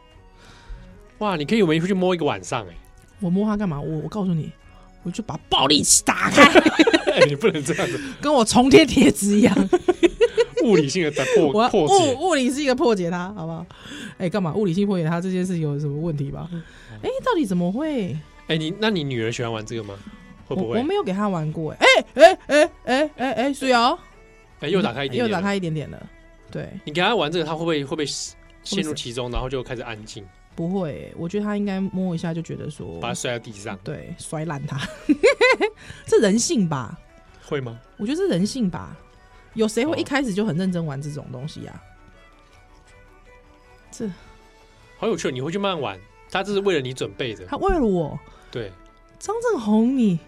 Speaker 2: 哇，你可以回去摸一个晚上哎、
Speaker 3: 我摸它干嘛？我我告诉你，我就把暴力打 开，
Speaker 2: 哎你不能这样子，
Speaker 3: 跟我重贴贴纸一样。
Speaker 2: 物理性的在破
Speaker 3: 我要
Speaker 2: 破解。
Speaker 3: 物物理性的破解它，好不好？哎、干嘛物理性破解它这件事情有什么问题吧？哎、到底怎么会？
Speaker 2: 哎、你那你女儿喜欢玩这个吗？会
Speaker 3: 我
Speaker 2: 不
Speaker 3: 我
Speaker 2: 会？
Speaker 3: 没有给他玩过、哎哎哎哎哎哎哎，水瑶、
Speaker 2: 哎、又打开一点，
Speaker 3: 又打。开一点点了。对，
Speaker 2: 你给她玩这个，她会不会会不会陷入其中，然后就开始安静，
Speaker 3: 不会、我觉得他应该摸一下就觉得说，
Speaker 2: 把它摔到地上，
Speaker 3: 对，摔烂它，这人性吧？
Speaker 2: 会吗？
Speaker 3: 我觉得这人性吧。有谁
Speaker 2: 哦
Speaker 3: 会一开始就很认真玩这种东西啊？这
Speaker 2: 好有趣哦，你回去慢慢玩，她这是为了你准备的。
Speaker 3: 他为了我，
Speaker 2: 对，
Speaker 3: 张正宏你，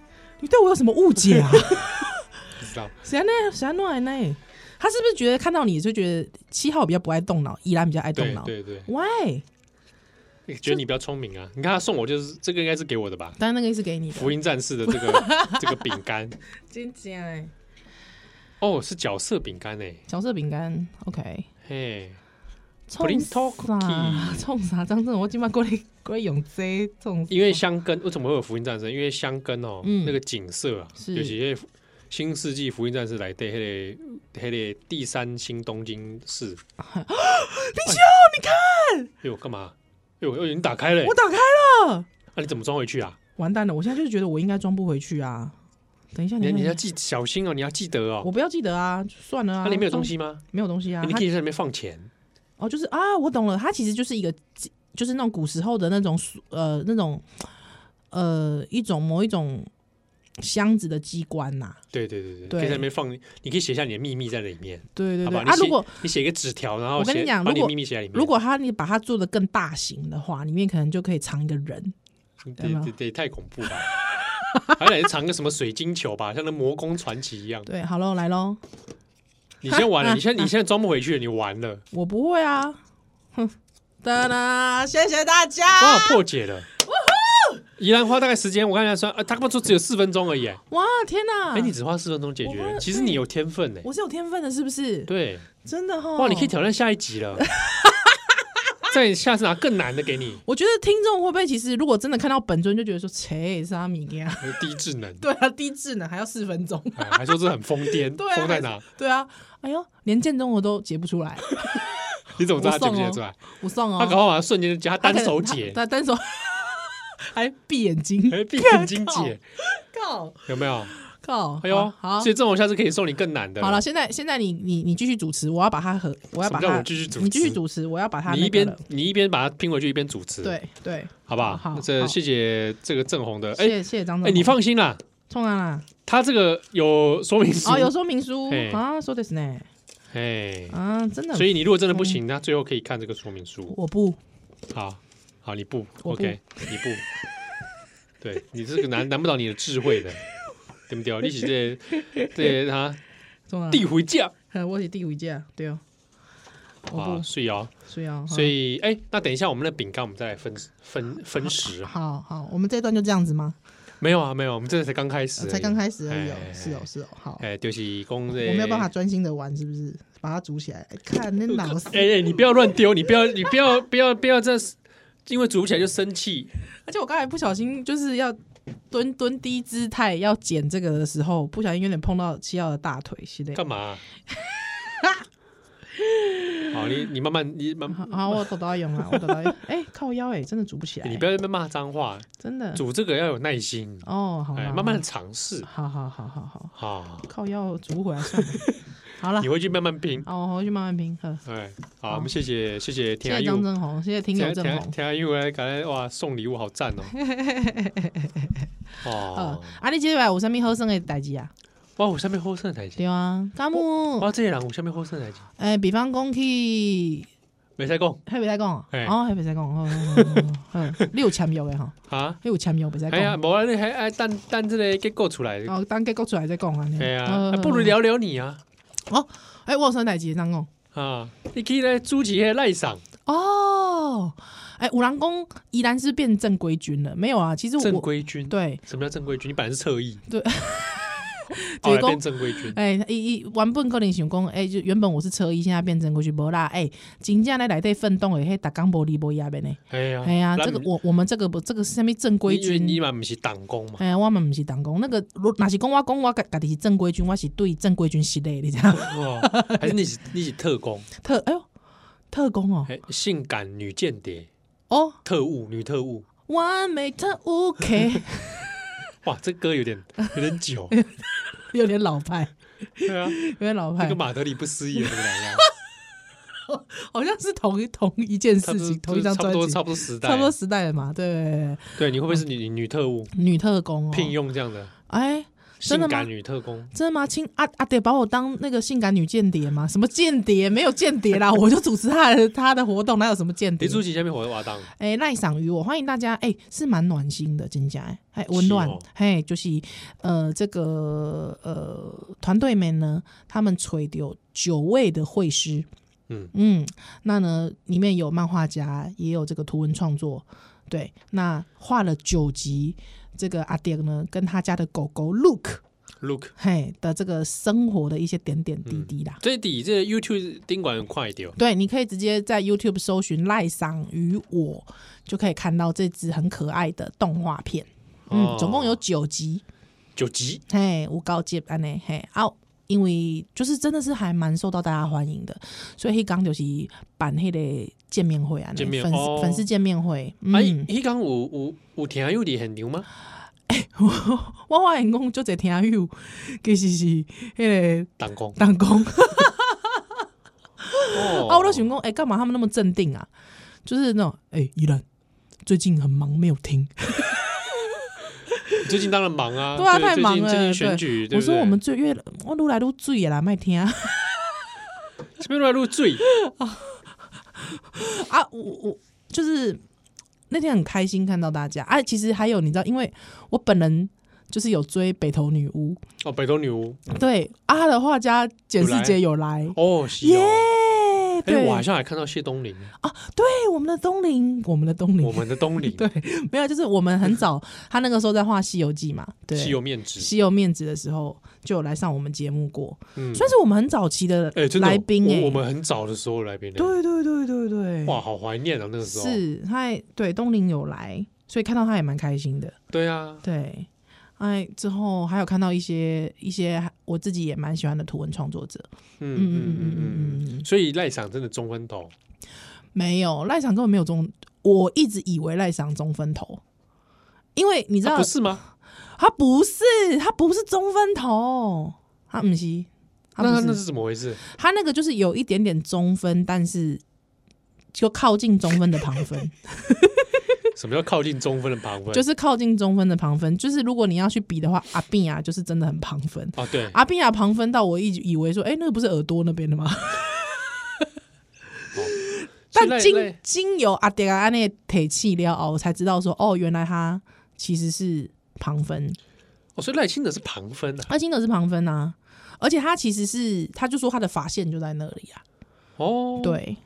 Speaker 3: 你对我有什么误解啊？
Speaker 2: 不知道。
Speaker 3: 谁安奈？谁安奈呢？他是不是觉得看到你就觉得七号比较不爱动脑，依兰比较爱动
Speaker 2: 对
Speaker 3: 脑
Speaker 2: 对对，
Speaker 3: ？Why？
Speaker 2: 欸觉得你比较聪明啊！你看他送我就是这个，应该是给我的吧？
Speaker 3: 当然那个是给你的
Speaker 2: 福，音战士的这 个这个饼干
Speaker 3: 真假哎，
Speaker 2: 哦，是角色饼干哎，
Speaker 3: 角色饼干，OK。
Speaker 2: 嘿，
Speaker 3: 冲
Speaker 2: Plain talkie
Speaker 3: 啥？冲啥？张正，我今晚过来 过来用这冲啥，
Speaker 2: 因为香根为什么会有福音战士？因为香根哦，
Speaker 3: 嗯
Speaker 2: 那个景色啊，
Speaker 3: 是
Speaker 2: 有些新世纪福音战士来对黑的黑的第三新东京市， 立秋，你看，哟干嘛？哟哟，你打开了欸，
Speaker 3: 我打开了，
Speaker 2: 那你怎么装回去啊？
Speaker 3: 完蛋了！我现在就是觉得我应该装不回去啊。等一下，
Speaker 2: 你
Speaker 3: 等
Speaker 2: 你
Speaker 3: 一
Speaker 2: 要
Speaker 3: 下，
Speaker 2: 记小心哦，你要记得哦
Speaker 3: 嗯我。不要记得啊，算了啊。
Speaker 2: 它里面有东
Speaker 3: 装，
Speaker 2: 西吗？
Speaker 3: 没有东西啊。
Speaker 2: 你
Speaker 3: 它
Speaker 2: 可以在里面放钱，
Speaker 3: 哦，就是啊，我懂了，它其实就是一个，就是那种古时候的那种塑呃那种呃一种某一种箱子的机关呐、
Speaker 2: 对对对对，
Speaker 3: 对
Speaker 2: 可以在里面放，你可以写下你的秘密在里面。
Speaker 3: 对对
Speaker 2: 好
Speaker 3: 对
Speaker 2: 吧，
Speaker 3: 啊，
Speaker 2: 你写
Speaker 3: 如果
Speaker 2: 你写一个纸条，然后
Speaker 3: 我跟
Speaker 2: 写
Speaker 3: 你讲
Speaker 2: 把
Speaker 3: 如
Speaker 2: 你
Speaker 3: 果
Speaker 2: 秘密写在里面。
Speaker 3: 如果它你把它做的更大型的话，里面可能就可以藏一个人。
Speaker 2: 对
Speaker 3: 对吗
Speaker 2: 对对，太恐怖了。还得藏个什么水晶球吧，像那魔宫传奇一样。
Speaker 3: 对，好喽，来喽，
Speaker 2: 你先完了，你现在你现在装不回去，你完了，
Speaker 3: 我不会啊，哼，哒哒，谢谢大家，
Speaker 2: 哇，破解了。宜兰花大概时间，我看一下算，呃，他不说只有四分钟而已。哎，
Speaker 3: 哇，天哪，
Speaker 2: 哎你只花四分钟解
Speaker 3: 嗯我花
Speaker 2: 决，
Speaker 3: 了
Speaker 2: 其实你有天分呢。
Speaker 3: 我是哦有天分的，是不是？
Speaker 2: 对，
Speaker 3: 真的哈，
Speaker 2: 哇，你可以挑战下一集了。再下次拿更难的给你，
Speaker 3: 我觉得听众会不会其实如果真的看到本尊，就觉得说，切，沙米给啊，
Speaker 2: 低智能，
Speaker 3: 对啊，低智能还要四分钟，
Speaker 2: 哎还说这很疯癫，
Speaker 3: 对啊
Speaker 2: 疯在哪？
Speaker 3: 对啊，哎呦，连建中我都解不出来，
Speaker 2: 你怎么知道他解不
Speaker 3: 我送
Speaker 2: 解
Speaker 3: 哦
Speaker 2: 出来？
Speaker 3: 我上哦，
Speaker 2: 他搞不好瞬间就解，他
Speaker 3: 他
Speaker 2: 单手解，
Speaker 3: 他单手 还闭眼睛，
Speaker 2: 哎，闭眼睛 解，
Speaker 3: 靠
Speaker 2: 有没有？
Speaker 3: 靠，
Speaker 2: 哎呦，
Speaker 3: 好，
Speaker 2: 所以这种下次可以送你更难的。
Speaker 3: 好了，，现在现在你你你继续主持，我要把它和我要把
Speaker 2: 什么叫
Speaker 3: 它
Speaker 2: 我继续主持
Speaker 3: 你继续主持，我要把它
Speaker 2: 你
Speaker 3: 那
Speaker 2: 一
Speaker 3: 个
Speaker 2: 边
Speaker 3: 了
Speaker 2: 你一边把它拼回去，一边主持，，
Speaker 3: 对对，
Speaker 2: 好不好
Speaker 3: 好？
Speaker 2: 这
Speaker 3: 好
Speaker 2: 谢谢这个正红的，
Speaker 3: 谢
Speaker 2: 哎
Speaker 3: 谢谢谢张总，
Speaker 2: 哎，你放心啦，
Speaker 3: 冲啊啦，
Speaker 2: 他这个有说明书
Speaker 3: 哦，，有说明书
Speaker 2: 嘿
Speaker 3: 啊，说的是呢，
Speaker 2: 哎，
Speaker 3: 啊，真的，
Speaker 2: 所以你如果真的不
Speaker 3: 嗯
Speaker 2: 行，那最后可以看这个说明书。
Speaker 3: 我不
Speaker 2: 好，好，你不
Speaker 3: 我不
Speaker 2: ，OK，你不，对你这个难难不倒你的智慧的，对不对？你是这这哈
Speaker 3: 冲啊，
Speaker 2: 地回家
Speaker 3: 哼 我是第五届，对哦，我
Speaker 2: 啊，
Speaker 3: 不，
Speaker 2: 睡哦。
Speaker 3: 所以啊，
Speaker 2: 所以哎，那等一下我们的饼干，我们再来分分分食啊
Speaker 3: 哈。好好，我们这一段就这样子吗？
Speaker 2: 没有啊，没有，我们这才刚开始而已，
Speaker 3: 才刚开始而已哦
Speaker 2: 哎，
Speaker 3: 是哦是哦，好，
Speaker 2: 哎，就是公这，
Speaker 3: 我没有办法。专心的玩，是不是？把它组起来，看那脑死
Speaker 2: 哎，哎，你不要乱丢，你不要，你不要，不要，不要这样，因为煮不起来就生气。
Speaker 3: 而且我刚才不小心就是要蹲蹲低姿态要捡这个的时候，不小心有点碰到七耀的大腿，是的。
Speaker 2: 干嘛、啊 好，你你慢慢，你慢，
Speaker 3: 好好，啊我抖到泳了，我抖到泳。哎、 靠腰哎、真的煮不起来、
Speaker 2: 你不要在那边骂脏话，
Speaker 3: 真的
Speaker 2: 煮这个要有耐心，
Speaker 3: 嗯哦，好
Speaker 2: 哎，
Speaker 3: 啦，
Speaker 2: 慢慢的尝试
Speaker 3: 好好好好好，
Speaker 2: 啊，
Speaker 3: 靠腰煮不回来算了。好 了
Speaker 2: 你，会去慢慢拼。
Speaker 3: 好，我回去慢慢拼。 呵，
Speaker 2: 哎，好，
Speaker 3: 好
Speaker 2: 我们谢谢谢谢
Speaker 3: 谢
Speaker 2: 田阿
Speaker 3: 谢张
Speaker 2: 佑，
Speaker 3: 正红，谢谢听友
Speaker 2: 田
Speaker 3: 正
Speaker 2: 田
Speaker 3: 红。
Speaker 2: 田阿佑来，感觉哇，送礼物好赞 哦。
Speaker 3: 呃
Speaker 2: 哦，，
Speaker 3: 啊，你接下来有啥物好耍的代志啊？
Speaker 2: 哇，我下面好胜台阶，
Speaker 3: 对啊，干木，
Speaker 2: 哇，这些人我下面好胜台阶，
Speaker 3: 哎、比方讲去，
Speaker 2: 没在讲
Speaker 3: 还袂使讲哦，
Speaker 2: 嘿
Speaker 3: 哦，还袂使讲好好，好 好好好你有签约的吼，
Speaker 2: 啊。
Speaker 3: 你有签约袂使
Speaker 2: 哎呀，
Speaker 3: 讲。
Speaker 2: 无啊，你还哎等等这个结果出来，
Speaker 3: 哦，等结果出来再讲啊。
Speaker 2: 哎呀，
Speaker 3: 好
Speaker 2: 啊不如。
Speaker 3: 好好
Speaker 2: 聊聊你啊
Speaker 3: 哎，我有生代志当讲。
Speaker 2: 啊，你可以来主持那个赖上。
Speaker 3: 哦，哎，五郎公宜兰是变正规军了没有啊？其实
Speaker 2: 正
Speaker 3: 我
Speaker 2: 规军，，
Speaker 3: 对，
Speaker 2: 什么叫正规军？你本来是侧翼，
Speaker 3: 对
Speaker 2: 后来
Speaker 3: 结果
Speaker 2: 变正规军，
Speaker 3: 哎，一一原本可能想讲，哎，就原本我是车衣，现在变正规军无啦。哎，真正来内底奋斗的，嘿，打钢玻璃玻亚边呢。
Speaker 2: 哎呀，
Speaker 3: 哎呀，
Speaker 2: 咱
Speaker 3: 这个我我们这个不这个是什么正规
Speaker 2: 你你你
Speaker 3: 军？
Speaker 2: 嘛不是党工 嘛？
Speaker 3: 哎呀，我们不是党工，那个如哪是讲我讲我家家己是正规军，我是对正规军系列的这 样。
Speaker 2: 哇哦还是你是你是特工？
Speaker 3: 特哎呦，特工哦，
Speaker 2: 哎，性感女间谍，
Speaker 3: 哦，
Speaker 2: 特务女特务，
Speaker 3: 完美特务 K。
Speaker 2: 哇，这歌有点有点 久，
Speaker 3: 有点老派，
Speaker 2: 对啊，
Speaker 3: 有点老
Speaker 2: 这
Speaker 3: 派
Speaker 2: 跟，马德里不啊思议的什么两 样？
Speaker 3: 好像是同一同一件
Speaker 2: 差
Speaker 3: 事
Speaker 2: 不
Speaker 3: 情，
Speaker 2: 多
Speaker 3: 同一张
Speaker 2: 差不
Speaker 3: 专
Speaker 2: 多
Speaker 3: 辑，
Speaker 2: 差不多时代，
Speaker 3: 差不多时代的嘛，对对对
Speaker 2: 对，你会不会是女女特务
Speaker 3: 对女特工哦，
Speaker 2: 聘，用这样的
Speaker 3: 哎，
Speaker 2: 性
Speaker 3: 真的吗
Speaker 2: 感女特工？
Speaker 3: 真的吗？亲啊啊，得把我当那个性感女间谍吗？什么间谍？没有间谍啦，我就主持他的他的活动，哪有什么间谍
Speaker 2: 李？主席下面火的瓦当，
Speaker 3: 哎，赖赏于我，欢迎大家，哎，是蛮暖心的，真假哎，哎，温暖
Speaker 2: 是哦，
Speaker 3: 哎，就是呃，这个呃团队们呢，他们吹丢九位的会师，
Speaker 2: 嗯，
Speaker 3: 嗯，那呢，里面有漫画家，也有这个图文创作，对，那画了九集，这个阿爹呢，跟他家的狗狗 Look，
Speaker 2: ，look，
Speaker 3: 嘿的这个生活的一些点点
Speaker 2: 嗯
Speaker 3: 滴滴啦。
Speaker 2: 这底这 YouTube 盯管很快哦丢，
Speaker 3: 对，你可以直接在 YouTube 搜寻“赖赏与我”，就可以看到这支很可爱的动画片。嗯，
Speaker 2: 哦
Speaker 3: 总共有九集，
Speaker 2: 九集，
Speaker 3: 嘿，有高级安尼嘿啊，因为就是真的是还蛮受到大家欢迎的，所以刚就是办迄个见面会啊，
Speaker 2: 见面
Speaker 3: 粉丝、
Speaker 2: 哦
Speaker 3: 粉丝见面会，嗯，
Speaker 2: 哎，迄讲有有有听有伫现场 吗？
Speaker 3: 我发现讲就这听友，其实是迄个
Speaker 2: 当工
Speaker 3: 当工，
Speaker 2: 哦
Speaker 3: 啊，我都想讲，哎、干嘛他们那么镇定啊？就是那种，哎、依然。最近很忙，没有听。
Speaker 2: 最近当然忙啊，
Speaker 3: 对啊太
Speaker 2: 最近
Speaker 3: 忙了
Speaker 2: 最近选举，对
Speaker 3: 我
Speaker 2: 不对？
Speaker 3: 说我们最越我撸来撸醉啦，麦听啊！
Speaker 2: 这边来录最
Speaker 3: 啊，我我就是那天很开心看到大家啊。其实还有你知道，因为我本人就是有追北投女巫，
Speaker 2: 哦，北投女巫
Speaker 3: 对啊，他的画家简世杰有来，
Speaker 2: 哦，是
Speaker 3: 耶、
Speaker 2: 哦。哎、
Speaker 3: 对，
Speaker 2: 我好像还看到谢东林，
Speaker 3: 对我们的东林，我们的东
Speaker 2: 我
Speaker 3: 林，
Speaker 2: 们的东 林，
Speaker 3: 对，没有，就是我们很早，他那个时候在画《西游记》嘛，对，
Speaker 2: 西游面子，
Speaker 3: 西游面子的时候就有来上我们节目过，
Speaker 2: 嗯，
Speaker 3: 算是我们很早期的
Speaker 2: 哎、真的
Speaker 3: 来宾哎、
Speaker 2: 我我们很早的时候来宾呢，
Speaker 3: 对对对对对，
Speaker 2: 哇，好怀念啊，那个时候，
Speaker 3: 是他也对东林有来，所以看到他也蛮开心的。
Speaker 2: 对啊，
Speaker 3: 对，哎，之后还有看到一些一些我自己也蛮喜欢的图文创作者，
Speaker 2: 嗯
Speaker 3: 嗯嗯嗯
Speaker 2: 嗯
Speaker 3: 嗯嗯
Speaker 2: 嗯，
Speaker 3: 嗯，
Speaker 2: 所以赖赏真的中分头，
Speaker 3: 没有赖场根本没有中，我一直以为赖场中分头，因为你知
Speaker 2: 啊
Speaker 3: 道
Speaker 2: 不是吗？
Speaker 3: 他不是他不是中分头，他不是，他
Speaker 2: 那
Speaker 3: 啊不
Speaker 2: 那
Speaker 3: 是
Speaker 2: 是怎么回事？
Speaker 3: 他那个就是有一点点中分，但是就靠近中分的旁分。
Speaker 2: 什么叫靠近中分的旁分？
Speaker 3: 就是是靠近中分的旁分，就是如果你要去比的话，阿碧亚就是真的很旁分。
Speaker 2: 啊，对，
Speaker 3: 阿碧亚旁分到我一直以为说，哎、那个不是耳朵那边的吗？
Speaker 2: 所以
Speaker 3: 但
Speaker 2: 赖
Speaker 3: 经
Speaker 2: 赖
Speaker 3: 经由阿迪亚那铁气料哦，我才知道说，哦，原来他其实是旁分，
Speaker 2: 哦，所以赖清德是旁分啊，
Speaker 3: 阿金德是旁分啊，而且他其实是，他就说他的发线就在那里啊，
Speaker 2: 哦，，
Speaker 3: 对，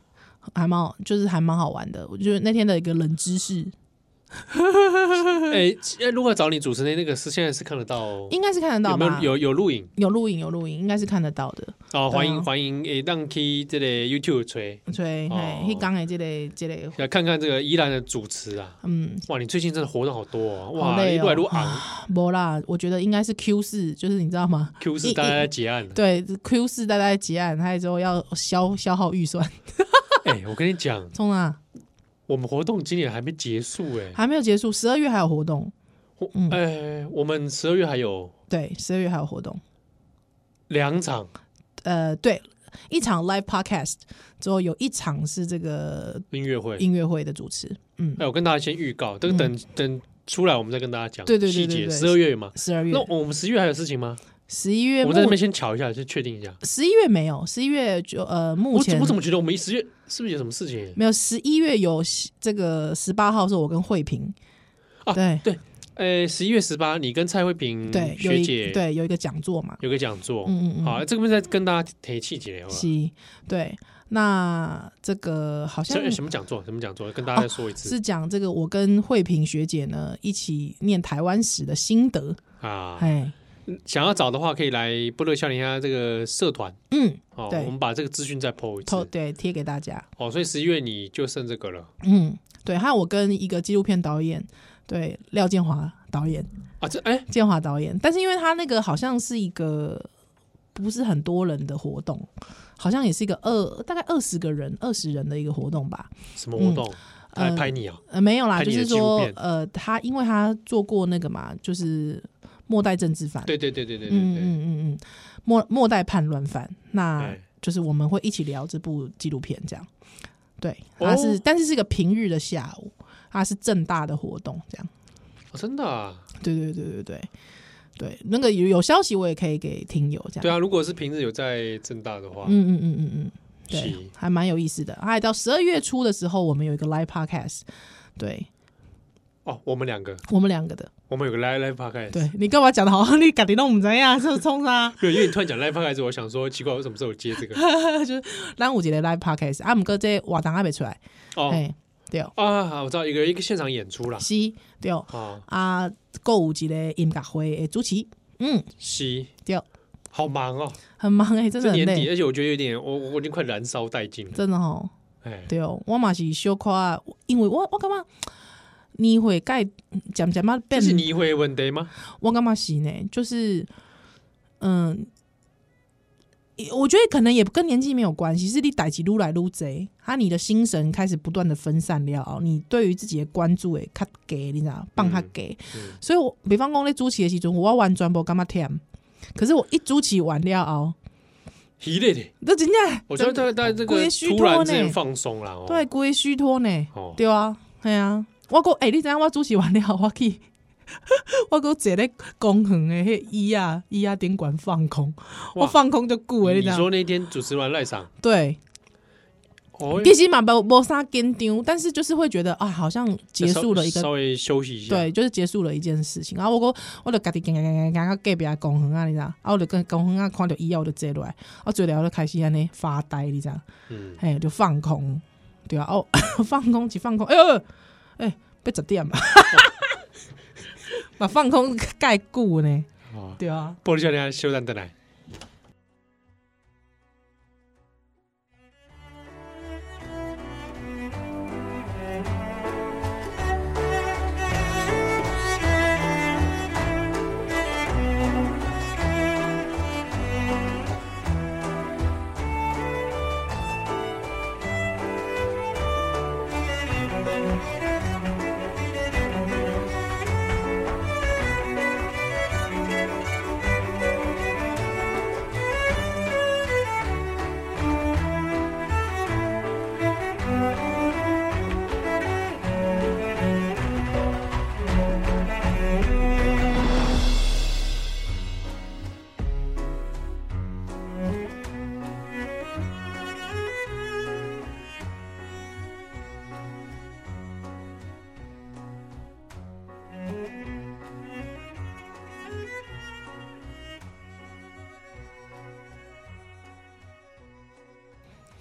Speaker 3: 还蛮好，就是还蛮好玩的。我觉得那天的一个冷知识，
Speaker 2: 哎、哎如果找你主持人那个是现在是看得到、哦，
Speaker 3: 应该是看得
Speaker 2: 有
Speaker 3: 到
Speaker 2: 没
Speaker 3: 吧？
Speaker 2: 有有有录影
Speaker 3: 有录影，有录影，应该是看得到的。
Speaker 2: 哦，欢
Speaker 3: 对
Speaker 2: 迎
Speaker 3: 啊
Speaker 2: 欢迎，诶，让去这个 YouTube 吹。
Speaker 3: 所以，
Speaker 2: 哦
Speaker 3: 嘿，迄讲的这个这个，
Speaker 2: 来看看这个宜兰的主持啊，
Speaker 3: 嗯，
Speaker 2: 哇，你最近真的活动好多哦，
Speaker 3: 好
Speaker 2: 哇，
Speaker 3: 累哦
Speaker 2: 一路来路昂
Speaker 3: 没啦，我觉得应该是 Q 四，就是你知道吗？
Speaker 2: ，Q
Speaker 3: 一
Speaker 2: 四大家在结案了。
Speaker 3: 对，Q 四大概结案，还有之后要消消耗预算，
Speaker 2: 哎，我跟你讲，
Speaker 3: 冲啊，
Speaker 2: 我们活动今年还没结束哎，
Speaker 3: 还没有结束，十二月还有活动，
Speaker 2: 我
Speaker 3: 嗯
Speaker 2: 哎，我们十二月还有
Speaker 3: 对，十二月还有活动，
Speaker 2: 两场
Speaker 3: 呃，对，一场 live podcast 之后有一场是这个
Speaker 2: 音乐会，
Speaker 3: 音乐会的主持，嗯，
Speaker 2: 哎，我跟大家先预告，等等等出来我们再跟大家讲
Speaker 3: 对对对
Speaker 2: 细
Speaker 3: 对
Speaker 2: 节。
Speaker 3: 对
Speaker 2: 十二月嘛，
Speaker 3: 十二月
Speaker 2: 那、我们十一月还有事情吗？
Speaker 3: 十一月
Speaker 2: 我
Speaker 3: 目
Speaker 2: 们在，这边先瞧一下，先确定一下。
Speaker 3: 十一月没有，十一月就呃，目
Speaker 2: 我怎
Speaker 3: 前
Speaker 2: 我怎么觉得我们十月是不是有什么事情？
Speaker 3: 没有，十一月有这个十八号是我跟慧萍，
Speaker 2: 啊
Speaker 3: 对
Speaker 2: 呃，十一月十八，你跟蔡慧萍
Speaker 3: 对，有
Speaker 2: 学
Speaker 3: 一
Speaker 2: 姐
Speaker 3: 对有一个讲座嘛，
Speaker 2: 有个讲座，
Speaker 3: 嗯嗯嗯，
Speaker 2: 好，这个边再跟大家提气节好吧？
Speaker 3: 是，对。那这个好像哦
Speaker 2: 什什么讲座？什么讲座？跟大家再说一次
Speaker 3: 是讲这个我跟慧萍学姐呢一起念台湾史的心得，
Speaker 2: 啊！
Speaker 3: 哎，
Speaker 2: 想要找的话，可以来不乐笑脸下这个社团
Speaker 3: 嗯，
Speaker 2: 哦。
Speaker 3: 对
Speaker 2: 我们把这个资讯再 PO 一
Speaker 3: 头
Speaker 2: 次
Speaker 3: 对贴给大家，
Speaker 2: 哦。所以十一月你就剩这个了
Speaker 3: 嗯，对，还有我跟一个纪录片导演，对，廖建华导演，
Speaker 2: 啊？这哎
Speaker 3: 建华导演，但是因为他那个好像是一个不是很多人的活动，好像也是一个二大概二十个人二十人的一个活动吧，
Speaker 2: 什么活动？他来拍你啊？
Speaker 3: 呃，没有啦，
Speaker 2: 拍
Speaker 3: 就
Speaker 2: 你的
Speaker 3: 是
Speaker 2: 纪录
Speaker 3: 说
Speaker 2: 片，
Speaker 3: 呃，他因为他做过那个嘛，就是末代政治犯，
Speaker 2: 对对对对对对
Speaker 3: 嗯嗯
Speaker 2: 对，
Speaker 3: 嗯嗯，末末代叛乱犯，那
Speaker 2: 哎
Speaker 3: 就是我们会一起聊这部纪录片，这样。对，
Speaker 2: 哦
Speaker 3: 它是、但是是个平日的下午，它是正大的活动，这样。
Speaker 2: 哦真的啊？
Speaker 3: 对对对对对对，那个有有消息我也可以给听友这样。
Speaker 2: 对啊，如果是平日有在正大的话，
Speaker 3: 嗯嗯嗯嗯嗯，对
Speaker 2: 是，
Speaker 3: 还蛮有意思的。啊还到十二月初的时候，我们有一个 live podcast，对
Speaker 2: 哦，我们两个，
Speaker 3: 我们两个的。
Speaker 2: 我们有个 live live podcast。
Speaker 3: 对你干嘛讲的好像你赶紧弄唔怎样，这是 冲啥？
Speaker 2: 对，因为你突然讲 live podcast，我想说奇怪，我什么时候有接这 个？
Speaker 3: 咱有一个 live podcast，啊，毋过这活动还没出来，
Speaker 2: 哦
Speaker 3: 哎、对，
Speaker 2: 啊，我知道一个一个现场演 出啦。
Speaker 3: 是，对，
Speaker 2: 啊，
Speaker 3: 啊，购有一个音乐会的主持，嗯，
Speaker 2: 是，
Speaker 3: 对，
Speaker 2: 好忙哦，
Speaker 3: 很忙哎、真的
Speaker 2: 这
Speaker 3: 很
Speaker 2: 年底，
Speaker 3: 累，
Speaker 2: 而且我觉得有点，我我我已经快燃烧殆尽了。
Speaker 3: 真的吼，
Speaker 2: 哎，
Speaker 3: 对，哦我嘛是小可啊，因为我我感觉你会改渐渐啊
Speaker 2: 这
Speaker 3: 变，
Speaker 2: 是你会问题吗？
Speaker 3: 我感觉是呢，就是嗯。我觉得可能也跟年纪没有关系，是你逮起撸来撸贼，啊，你的心神开始不断的分散了，哦你对于自己的关注诶，较低，你知道，放较低，
Speaker 2: 嗯
Speaker 3: 所以我比方讲咧主持的时阵，我玩全部感觉忝，可是我一主持完了后，
Speaker 2: 疲累的，
Speaker 3: 那真正
Speaker 2: 我觉得在在这个
Speaker 3: 规虚脱
Speaker 2: 突然之
Speaker 3: 呢
Speaker 2: 间放松啦，哦，
Speaker 3: 对规虚脱呢，
Speaker 2: 哦，
Speaker 3: 对啊，系啊，我讲诶、欸，你知影我主持完了 后，我去，我讲坐咧公园的迄椅啊椅啊顶管放空，
Speaker 2: 哇
Speaker 3: 我放空就久诶，你
Speaker 2: 你
Speaker 3: 知道？
Speaker 2: 说那天主持完赖场，
Speaker 3: 对，
Speaker 2: 哦，
Speaker 3: 其实嘛，没没啥跟丢，但是就是会觉得啊，好像结束了一
Speaker 2: 稍
Speaker 3: 个，
Speaker 2: 稍微休息一下，
Speaker 3: 对，就是结束了一件事情。然啊后我我我就家己行行行行行到隔壁的公园啊，你知道？啊，我就跟公园啊看到伊啊，我就坐落来，我坐了我就开始安尼发呆，你知道？
Speaker 2: 嗯，
Speaker 3: 嘿，就放空，对啊，哦， 放空一放空，哎呦，哎，被十点 吧，把放空盖固呢，
Speaker 2: 哦，
Speaker 3: 对啊。
Speaker 2: 玻璃教练休蛋蛋来，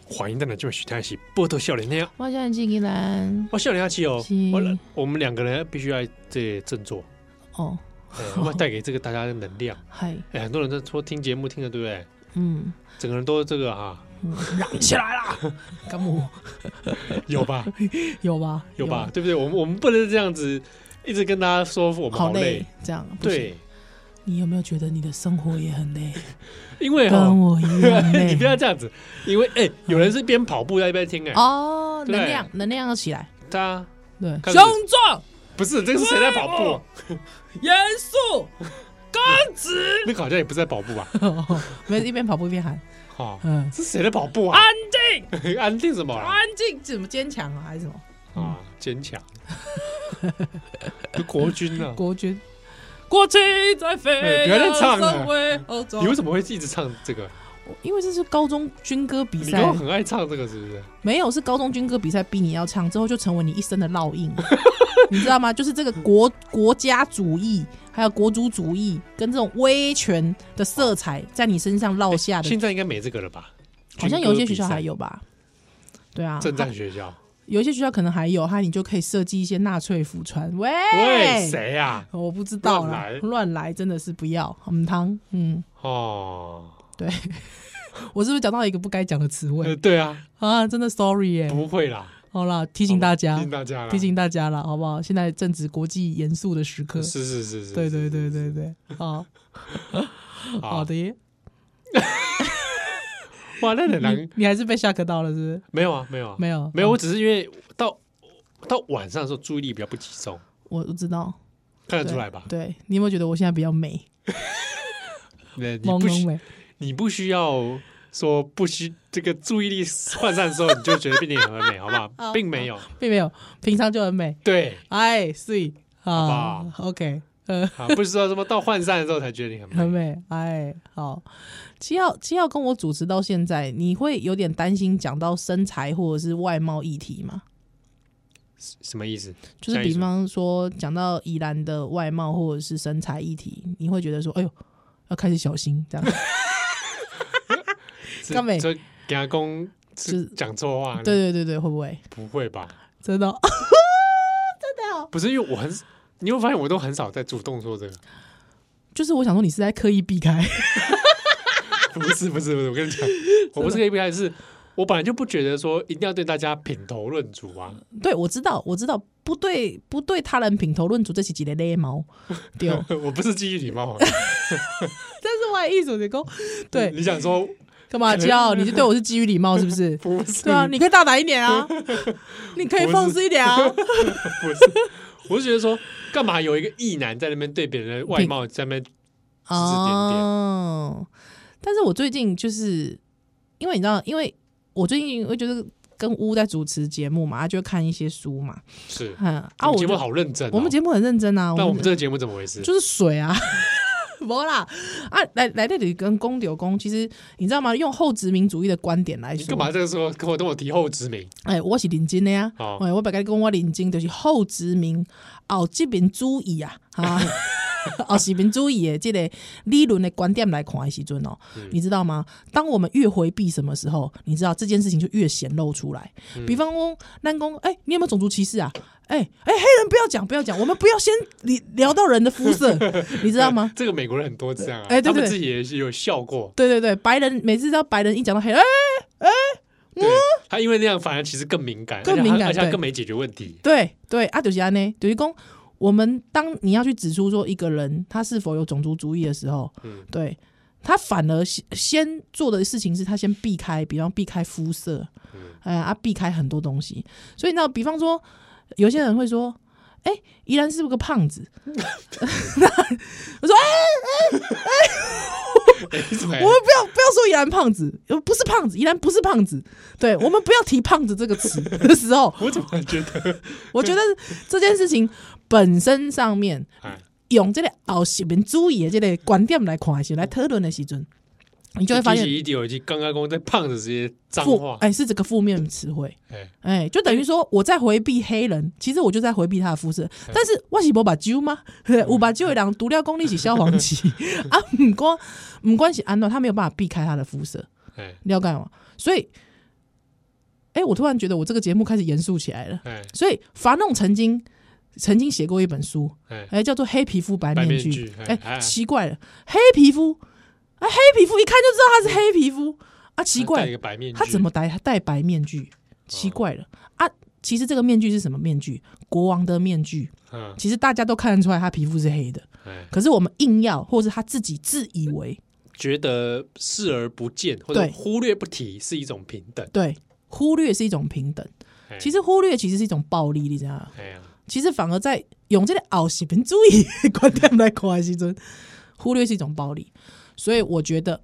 Speaker 2: 欢迎蛋奶，今晚许太喜波多笑脸那样，
Speaker 3: 我叫你进吉兰，
Speaker 2: 我笑脸下去哦
Speaker 3: 是，
Speaker 2: 我来我们两个人必须要这振 作，
Speaker 3: 哦，
Speaker 2: 哎我们要带给这个大家的能量。
Speaker 3: 嗨，
Speaker 2: 哎，很多人都说听节目听的对不对？
Speaker 3: 嗯，
Speaker 2: 整个人都这个啊，
Speaker 3: 嚷起来啦，敢我
Speaker 2: 有 吧
Speaker 3: 有啊吧？
Speaker 2: 有吧，？对不对？我们我们不能这样子一直跟大家说我们
Speaker 3: 好
Speaker 2: 好
Speaker 3: 累
Speaker 2: 累，，
Speaker 3: 这样不行。
Speaker 2: 对，
Speaker 3: 你有没有觉得你的生活也很累，
Speaker 2: 因为哈
Speaker 3: 跟，我一样累？
Speaker 2: 啊 你不要这样子，因为哎，有人是边跑步一边听哎，
Speaker 3: 哦，
Speaker 2: 对
Speaker 3: 能量能量要起来，
Speaker 2: 大家
Speaker 3: 对，
Speaker 2: 看
Speaker 3: 雄
Speaker 2: 这
Speaker 3: 壮、
Speaker 2: 不是这个是谁在跑
Speaker 3: 哦
Speaker 2: 步？
Speaker 3: 严肃、刚直，
Speaker 2: 那个好像也不是在跑步吧？
Speaker 3: 没有一边跑步一边喊，
Speaker 2: 哦，
Speaker 3: 嗯，
Speaker 2: 是谁在跑步啊
Speaker 3: 安？静，
Speaker 2: 安定什么啊？
Speaker 3: 安静，怎么坚强啊，还是什么
Speaker 2: 啊，坚强， 就国军啊！
Speaker 3: 国军？国旗在
Speaker 2: 哎
Speaker 3: 飞，
Speaker 2: 不要再唱了
Speaker 3: 扬为欧洲
Speaker 2: 你为什么会一直唱这个？
Speaker 3: 因为这是高中军歌比
Speaker 2: 你
Speaker 3: 赛啊
Speaker 2: 跟，我很爱唱这个是不是？
Speaker 3: 没有是高中军歌比赛逼你要唱，之后就成为你一生的 烙印，你知道吗？就是这个国国家主义，还有国族主义跟这种威权的色彩在你身上烙下的
Speaker 2: 现在应该没这个了吧？
Speaker 3: 好像有一些学校还
Speaker 2: 有
Speaker 3: 有吧？对啊，
Speaker 2: 正战学校。
Speaker 3: 有一些学校可能还有，哈，你就可以设计一些纳粹服穿。喂，
Speaker 2: 喂，谁啊呀、
Speaker 3: 我不知道啦
Speaker 2: 乱来，
Speaker 3: 乱来真的是不要，很汤。嗯，
Speaker 2: 哦，
Speaker 3: 我是不是讲到一个不该讲的词
Speaker 2: 呃，哦
Speaker 3: 汇
Speaker 2: 对啊，
Speaker 3: 啊？真的 sorry 耶、
Speaker 2: 不会啦，
Speaker 3: 好啦，提醒大
Speaker 2: 提
Speaker 3: 家
Speaker 2: 醒，大家啦，
Speaker 3: 提醒大家啦，好不好？现在正值国际严肃的时刻
Speaker 2: 是。是是是，
Speaker 3: 对
Speaker 2: 是
Speaker 3: 对对对，对，好
Speaker 2: 是
Speaker 3: 好，的耶。
Speaker 2: 哇，那很难
Speaker 3: 你，你还是被吓克到了，是不是？
Speaker 2: 没有啊，没有啊，
Speaker 3: 没有，嗯
Speaker 2: 没有，我只是因为到到晚上的时候注意力比较不集中，
Speaker 3: 我我知道。
Speaker 2: 看得出来吧？
Speaker 3: 对你有没有觉得我现在比较美，
Speaker 2: 对，你
Speaker 3: 朦
Speaker 2: 不需
Speaker 3: 胧美？
Speaker 2: 你不需要说不需这个注意力涣散的时候，你就觉得变得很美，好 不好？
Speaker 3: 好
Speaker 2: 并没有，
Speaker 3: 并没有，平常就很美。
Speaker 2: 对
Speaker 3: 哎，是
Speaker 2: 好
Speaker 3: 啊
Speaker 2: 不
Speaker 3: ，OK，呃，
Speaker 2: 啊，不是说什么到涣散的时候才觉得你很
Speaker 3: 很
Speaker 2: 美，
Speaker 3: 美，哎，好。七号七号跟我主持到现在，你会有点担心讲到身材或者是外貌议题吗？
Speaker 2: 什么意思？
Speaker 3: 就是
Speaker 2: 下一
Speaker 3: 比
Speaker 2: 组
Speaker 3: 方说讲到宜兰的外貌或者是身材议题，你会觉得说，哎呦，要开始小心这 样。
Speaker 2: 是
Speaker 3: 干美
Speaker 2: 所以给他公
Speaker 3: 就是是
Speaker 2: 讲错话，
Speaker 3: 嗯对，对对对，会不会
Speaker 2: 不会吧？
Speaker 3: 真的哦？ 哦
Speaker 2: 不是因为我很，你会发现我都很少在主动说这个。
Speaker 3: 就是我想说，你是在刻意避开，
Speaker 2: 不是不是不是，我跟你讲，我不是 A P I，是我本来就不觉得说一定要对大家品头论足啊。
Speaker 3: 对我知道，我知道，不对，不对，他人品头论足，这是几个勒毛，对哦。
Speaker 2: 我不是基于礼貌，啊
Speaker 3: 但是我的意思，你讲 对，
Speaker 2: 你想说？
Speaker 3: 干嘛叫？你就对我是基于礼貌是不是
Speaker 2: 不是？
Speaker 3: 对啊，你可以大胆一点 啊，你可以放肆一点啊。
Speaker 2: 不是， 我是觉得说干嘛有一个异男在那边对别人的外貌在那边，
Speaker 3: 哦，但是我最近就是因为你知道，因为我最近我就是跟乌在主持节目嘛，他啊就会看一些书嘛，
Speaker 2: 是
Speaker 3: 嗯啊，
Speaker 2: 我
Speaker 3: 我
Speaker 2: 们节目
Speaker 3: 就
Speaker 2: 好认真哦，
Speaker 3: 我们节目很认真啊，
Speaker 2: 那我们这
Speaker 3: 就
Speaker 2: 个节目怎么回事？
Speaker 3: 就是水啊， 无啦啊，来来这里跟公丢公，其实你知道吗？用后殖民主义的观点来
Speaker 2: 你干
Speaker 3: 说，
Speaker 2: 嘛这个时候跟我跟我提后殖民？
Speaker 3: 哎、我是认真的呀、
Speaker 2: 哦
Speaker 3: 哎、我白跟讲我认真就是后殖民、后殖民主义啊，啊，后殖民主义的这个理论的观点来看的时阵哦、你知道吗？当我们越回避什么时候，你知道这件事情就越显露出来。比方说，南宫，哎、你有没有种族歧视啊？哎、哎、黑人不要讲，不要讲，我们不要先聊聊到人的肤色，你知道吗？
Speaker 2: 这个美国人很多这样啊，
Speaker 3: 啊哎对对
Speaker 2: 他们自己也是有笑过。
Speaker 3: 对对对，白人每次只要白人一讲到黑人，哎、
Speaker 2: 对，他因为那样反而其实更敏感，
Speaker 3: 嗯更敏
Speaker 2: 而且他
Speaker 3: 感
Speaker 2: 而且他
Speaker 3: 对
Speaker 2: 更没解决问题。
Speaker 3: 对对，啊，就是安呢，就是讲我们当你要去指出说一个人他是否有种族主义的时候，
Speaker 2: 嗯
Speaker 3: 对他反而先先做的事情是他先避开，比方避开肤色，
Speaker 2: 嗯
Speaker 3: 哎呀、啊，避开很多东西。所以呢，比方说有些人会说。哎、宜兰是不是个胖子？
Speaker 2: 哎你怎么
Speaker 3: 我们不要不要说宜兰胖子，呃不是胖子，宜兰不是胖子。对我们不要提胖子这个词的时候，
Speaker 2: 我怎么觉得？
Speaker 3: 我觉得这件事情本身上面
Speaker 2: 哎，
Speaker 3: 用这个后殖民主义的这个观点来看的时候，来讨论的时阵，你 就会发现
Speaker 2: 一点有句刚刚公在胖子这些脏
Speaker 3: 负
Speaker 2: 话，
Speaker 3: 哎是这个负面词汇，
Speaker 2: 哎，
Speaker 3: 哎，就等于说我在回避黑人，其实我就在回避他的肤色。但是我是无把酒吗？ 我把酒的人毒料功力是消黄旗 啊，唔光唔关系安诺，他没有办法避开他的肤色，
Speaker 2: 哎，
Speaker 3: 了解吗？所以，哎，我突然觉得我这个节目开始严肃起来了。
Speaker 2: 哎，
Speaker 3: 所以法弄曾经曾经写过一本书，
Speaker 2: 哎，
Speaker 3: 哎，叫做黑皮肤白
Speaker 2: 白
Speaker 3: 面
Speaker 2: 面
Speaker 3: 具
Speaker 2: 具。哎哎
Speaker 3: 哎，奇怪了，黑皮肤，哎，黑皮肤一看就知道他是黑皮肤啊，奇
Speaker 2: 他戴一
Speaker 3: 怪，
Speaker 2: 个哦白面具，
Speaker 3: 他怎么戴戴白面具？奇怪了啊！其实这个面具是什么面具？国王的面具。
Speaker 2: 嗯？
Speaker 3: 其实大家都看得出来他皮肤是黑的，
Speaker 2: 哎，
Speaker 3: 可是我们硬要，或是他自己自以为
Speaker 2: 觉得视而不见或者
Speaker 3: 对
Speaker 2: 忽略不提是一种平等。
Speaker 3: 对，忽略是一种平等。
Speaker 2: 哎
Speaker 3: 其，实忽略其实是一种暴力，你知道吗？
Speaker 2: 哎呀，
Speaker 3: 其实反而在用这个傲视频主义的观点来看的时阵， 忽略是一种暴力。所以我觉得，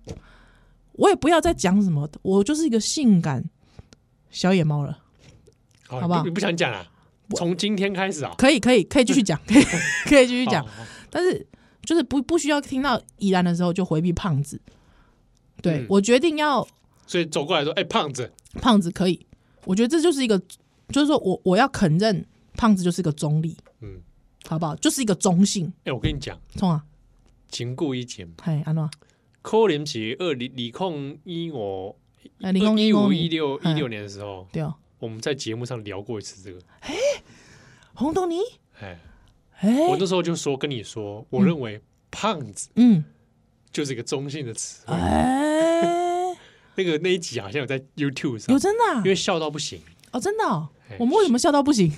Speaker 3: 我也不要再讲什么，我就是一个性感小野猫了。
Speaker 2: 好
Speaker 3: 好不好
Speaker 2: 哦你不你不想讲啊？从今天开始啊，
Speaker 3: 可以，可以，可以继 续讲，可以，可以继续讲
Speaker 2: 哦。，哦
Speaker 3: 但是就是不不需要听到怡然的时候就回避胖子。对、
Speaker 2: 嗯
Speaker 3: 我决定要
Speaker 2: 所以走过来说，哎，胖子，
Speaker 3: 胖子可以，我觉得这就是一个，就是说我我要肯认胖子就是一个中立，
Speaker 2: 嗯，
Speaker 3: 好不好？就是一个中性，
Speaker 2: 哎，我跟你讲，
Speaker 3: 冲啊！
Speaker 2: 情故一简，
Speaker 3: 嘿，安诺，
Speaker 2: 柯林奇二零理控一我
Speaker 3: 哎，零工
Speaker 2: 一
Speaker 3: 零
Speaker 2: 五
Speaker 3: 工
Speaker 2: 一六一
Speaker 3: 嗯
Speaker 2: 六年的时候，
Speaker 3: 对哦，
Speaker 2: 我们在节目上聊过一次这个，
Speaker 3: 红豆泥，
Speaker 2: 哎，
Speaker 3: 哎、
Speaker 2: 我那时候就说跟你说，我认为胖子
Speaker 3: 嗯，
Speaker 2: 就是一个中性的词。
Speaker 3: 啊哎、
Speaker 2: 那个那一集好像有在 YouTube 上
Speaker 3: 有，真的、啊
Speaker 2: 因，为笑到不行，
Speaker 3: 哦，真的、哦
Speaker 2: 哎，
Speaker 3: 我们为什么笑到不行？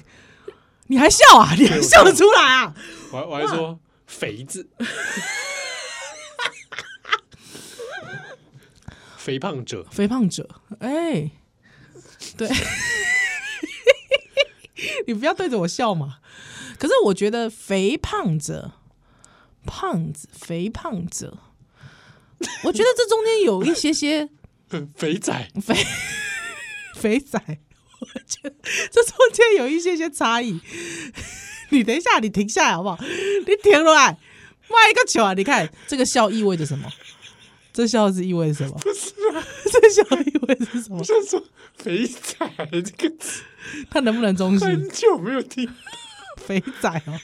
Speaker 3: 你还笑啊？你还笑得出来啊？
Speaker 2: 我还我还说肥子， 肥胖者，
Speaker 3: 肥胖者，哎、对， 你不要对着我笑嘛。可是我觉得肥胖者、胖子、肥胖者，我觉得这中间有一些些
Speaker 2: 肥仔，
Speaker 3: 肥肥仔，我觉得这中间有一些些差异。 你等一下，你停下来好不好？你停下来，卖一个球啊！你看这个笑意味着什么？这笑是意味着什么？ 这笑意味着什么
Speaker 2: 我？想说 肥 仔这个词
Speaker 3: 他能不能中性
Speaker 2: 很？久没有听，
Speaker 3: 肥仔哦。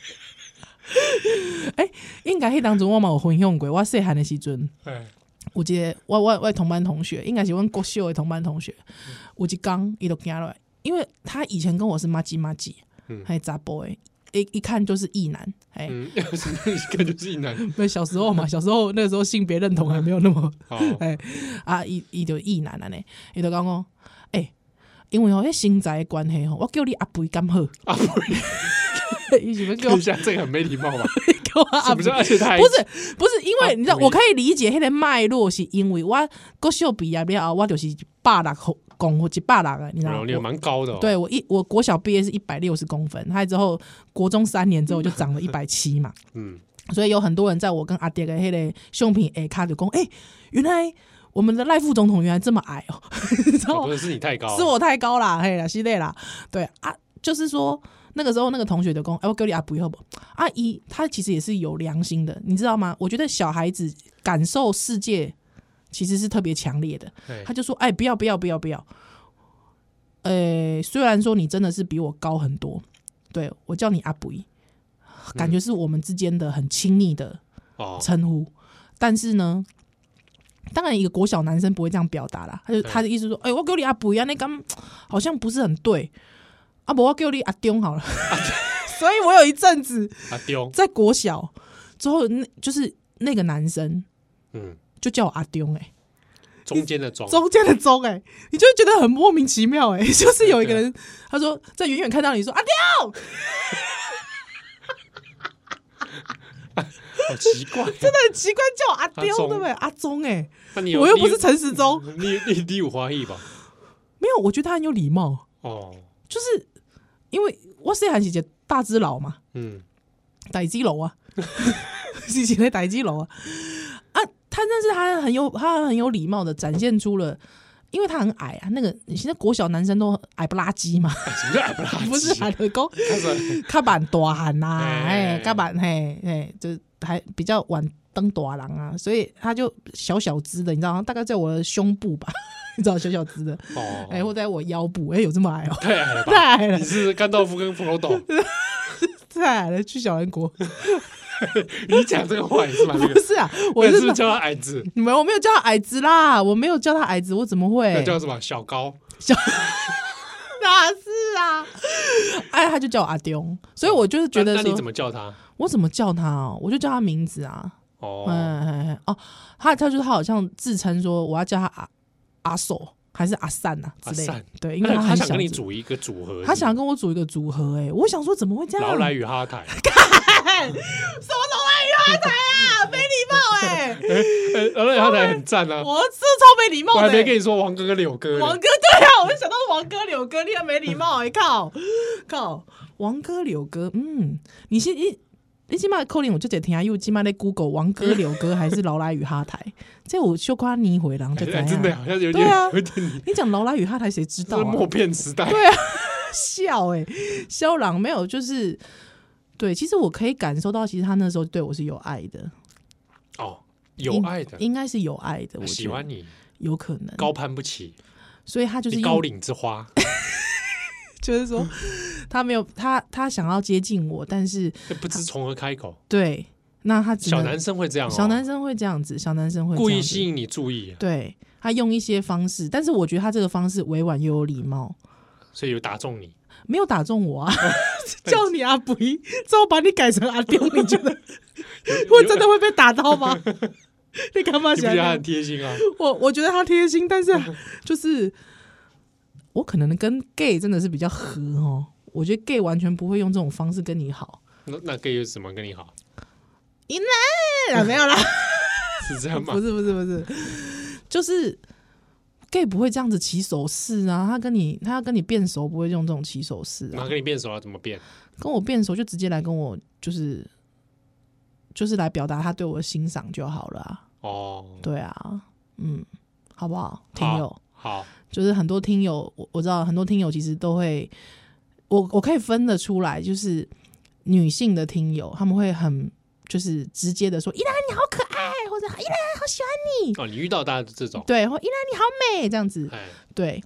Speaker 3: 哎、应该迄当中我嘛有分享过，我细汉的时阵，
Speaker 2: 哎，
Speaker 3: 有一个我我我的同班同学，应该是阮国秀的同班同学，
Speaker 2: 嗯
Speaker 3: 有一刚伊都惊落来，因为他以前跟我是妈吉妈吉
Speaker 2: 嗯，
Speaker 3: 还杂 boy，一一看就是异男，哎、
Speaker 2: 嗯， 一个就是一男，
Speaker 3: 那小 时候嘛，小时候那个时候性别认同还没有那么，
Speaker 2: 哦，
Speaker 3: 哎、啊，伊伊就异男啊呢，伊就讲讲，哎、因为吼、迄身材的关系哦吼，我叫你阿肥敢好，
Speaker 2: 啊，不是，
Speaker 3: 伊是要叫
Speaker 2: 等
Speaker 3: 我
Speaker 2: 一下，这个很没礼貌 吧？
Speaker 3: 叫我阿
Speaker 2: 是不
Speaker 3: 肥
Speaker 2: 是？。而且他还
Speaker 3: 啊不是不是，因为你知道，
Speaker 2: 哎啊
Speaker 3: 我可以理解迄个脉络，是因为我国小毕业了后，啊我就是一百六公公一百六的，你知道
Speaker 2: 哦，你也
Speaker 3: 吗？
Speaker 2: 蛮高的哦，
Speaker 3: 我对我一我国小毕业是一百六十公分，还之后国中三年之后就长了一百 七嘛，
Speaker 2: 嗯，
Speaker 3: 所以有很多人在我跟阿爹的迄个胸品 A 卡就讲，哎、原来我们的赖副总统原来这么矮哦、你知道
Speaker 2: 哦
Speaker 3: 吗
Speaker 2: 不？是是你太高，
Speaker 3: 是我太高啦，嘿啦，系列啦，对啊，就是说那个时候那个同学就讲，哎、我给你阿不要不？阿姨她其实也是有良心的，你知道吗？我觉得小孩子感受世界其实是特别强烈的，
Speaker 2: 哎
Speaker 3: 他就说，哎，不要不要不要不要。呃，虽然说你真的是比我高很多，对我叫你阿不一，感觉是我们之间的很亲密的
Speaker 2: 哦，
Speaker 3: 称呼。但是呢，当然一个国小男生不会这样表达啦，他就
Speaker 2: 对
Speaker 3: 他的意思说：“哎、我给你阿不一样，那刚好像不是很对，阿伯我给你阿丢好了。”
Speaker 2: 啊
Speaker 3: 所以我有一阵子
Speaker 2: 阿啊丢，
Speaker 3: 在国小之后，那就是那个男生
Speaker 2: 嗯，
Speaker 3: 就叫我阿丢、哎，
Speaker 2: 中间的中，
Speaker 3: 中间的中、哎，你就会觉得很莫名其妙、哎，就是有一个人，他说在远远看到你说阿丢，
Speaker 2: 好哦奇怪，
Speaker 3: 真的很奇怪，叫我阿
Speaker 2: 阿
Speaker 3: 丢，
Speaker 2: 忠
Speaker 3: 对不对？阿忠、
Speaker 2: 那你
Speaker 3: 哎，
Speaker 2: 有
Speaker 3: 我又不
Speaker 2: 你
Speaker 3: 是陈时中，
Speaker 2: 你你你有怀疑吧？
Speaker 3: 没有，我觉得他很有礼貌。
Speaker 2: 哦，
Speaker 3: 就是因为我细汉是一个大只佬嘛，
Speaker 2: 嗯，
Speaker 3: 大只佬啊， 是一个大只佬啊啊！他但是他很有他很有礼貌的展现出了，因为他很矮啊，那个现在国小男生都矮不拉几嘛，
Speaker 2: 哎什么叫 矮不拉
Speaker 3: 不是啊
Speaker 2: 几
Speaker 3: 矮的高，
Speaker 2: 他说
Speaker 3: 较板大汉呐、 啊，
Speaker 2: 哎
Speaker 3: 哎，较板嘿嘿，就还比较晚登大人啊，所以他就小小只的，你知道，大概在我的胸部吧， 你知道小小只的，
Speaker 2: 哦，
Speaker 3: 哎、或在我腰部，哎、有这么矮哦、
Speaker 2: 太矮了吧？
Speaker 3: 太矮了
Speaker 2: 你，是干豆腐跟红楼豆，
Speaker 3: 太矮了，去小人国。
Speaker 2: 你讲这个话也是蛮那
Speaker 3: 不
Speaker 2: 个。
Speaker 3: 是啊， 我
Speaker 2: 我是
Speaker 3: 是
Speaker 2: 不是叫他矮子？
Speaker 3: 没有，我没有叫他矮子啦，我没有叫他矮子，我怎么
Speaker 2: 那
Speaker 3: 会？
Speaker 2: 叫什么小高？
Speaker 3: 哪是啊？哎，他就叫我阿丢，所以我就是觉得
Speaker 2: 啊那那
Speaker 3: 说，
Speaker 2: 你怎么叫他？
Speaker 3: 我怎么叫他哦？我就叫他名字啊。哎
Speaker 2: 哦，
Speaker 3: 哎哎哦，他他就是他好像自称说我要叫他阿阿寿还是阿善呐、啊、之类
Speaker 2: 阿
Speaker 3: 的
Speaker 2: 善，
Speaker 3: 对，因
Speaker 2: 他
Speaker 3: 为
Speaker 2: 想他
Speaker 3: 很
Speaker 2: 想
Speaker 3: 小
Speaker 2: 跟你
Speaker 3: 只
Speaker 2: 组一个组合，
Speaker 3: 他想跟我组一个组合、哎，我想说怎么会这样？
Speaker 2: 劳莱与哈台，
Speaker 3: 什么劳莱语啊，台啊，没礼貌哎、
Speaker 2: 呃劳莱与哈台很赞啊！
Speaker 3: 我是超没礼貌
Speaker 2: 我
Speaker 3: 的、
Speaker 2: 还没
Speaker 3: 哎
Speaker 2: 跟你说王哥跟柳哥呢，
Speaker 3: 王哥对啊，我就想到王哥、柳哥，你很没礼貌、欸，靠靠，王哥、柳哥，嗯，你先一。你起码扣零，我就得听下，又起码在 Google 王哥、柳哥还是劳拉与哈台， 这我就夸你回狼就怎
Speaker 2: 哎真的
Speaker 3: 样？
Speaker 2: 好像有
Speaker 3: 对
Speaker 2: 点
Speaker 3: 啊
Speaker 2: 有点你
Speaker 3: 你讲劳拉与哈台谁知
Speaker 2: 这
Speaker 3: 道
Speaker 2: 是
Speaker 3: 啊？
Speaker 2: 默片时代，
Speaker 3: 笑哎、肖郎没有，就是对，其实我可以感受到，其实他那时候对我是有爱的，
Speaker 2: 哦，有爱的，
Speaker 3: 应该是有爱的，我觉
Speaker 2: 喜
Speaker 3: 得
Speaker 2: 欢你，
Speaker 3: 有可能，
Speaker 2: 高攀不起，
Speaker 3: 所以他就是
Speaker 2: 你
Speaker 3: 用
Speaker 2: 高岭之花，
Speaker 3: 就是说他没有他他想要接近我，但是
Speaker 2: 不知从何开口。
Speaker 3: 对，那他只能
Speaker 2: 小男生会这样哦，
Speaker 3: 小男生会这样子，小男生会这样
Speaker 2: 故意
Speaker 3: 子
Speaker 2: 吸引你注意，啊
Speaker 3: 对他用一些方式，但是我觉得他这个方式委婉又有礼貌，
Speaker 2: 所以有打中 你。
Speaker 3: 没有打中 我啊， 叫你阿不一，之后把你改成阿丢，你觉得会真的会被打 到吗？你干嘛
Speaker 2: 你不觉
Speaker 3: 想
Speaker 2: 得他很贴心啊？
Speaker 3: 我我觉得他贴心，但是就是我可能跟 gay 真的是比较合哦，我觉得 gay 完全不会用这种方式跟你 好，
Speaker 2: 那那 gay 又怎么跟你好？
Speaker 3: 哎没有啦。
Speaker 2: 是这样吗
Speaker 3: 不？是不是不是，就是 gay 不会这样子起手势啊，他跟你他要跟你变熟不会用这种起手势
Speaker 2: 哪
Speaker 3: 啊，
Speaker 2: 跟你变熟了？怎么变？
Speaker 3: 跟我变熟就直接来跟我就是就是来表达他对我的欣赏就好了、啊，
Speaker 2: 哦，
Speaker 3: 对啊，嗯，好不好？听
Speaker 2: 好
Speaker 3: 友
Speaker 2: 好，
Speaker 3: 就是很多听友，我我知道很多听友其实都会，我我可以分得出来，就是女性的听友他们会很。就是直接的说，依兰你好可爱，或者依兰好喜欢
Speaker 2: 哦，你遇到大家这种，
Speaker 3: 对，或依兰你好美这样子，
Speaker 2: 哎，
Speaker 3: 对，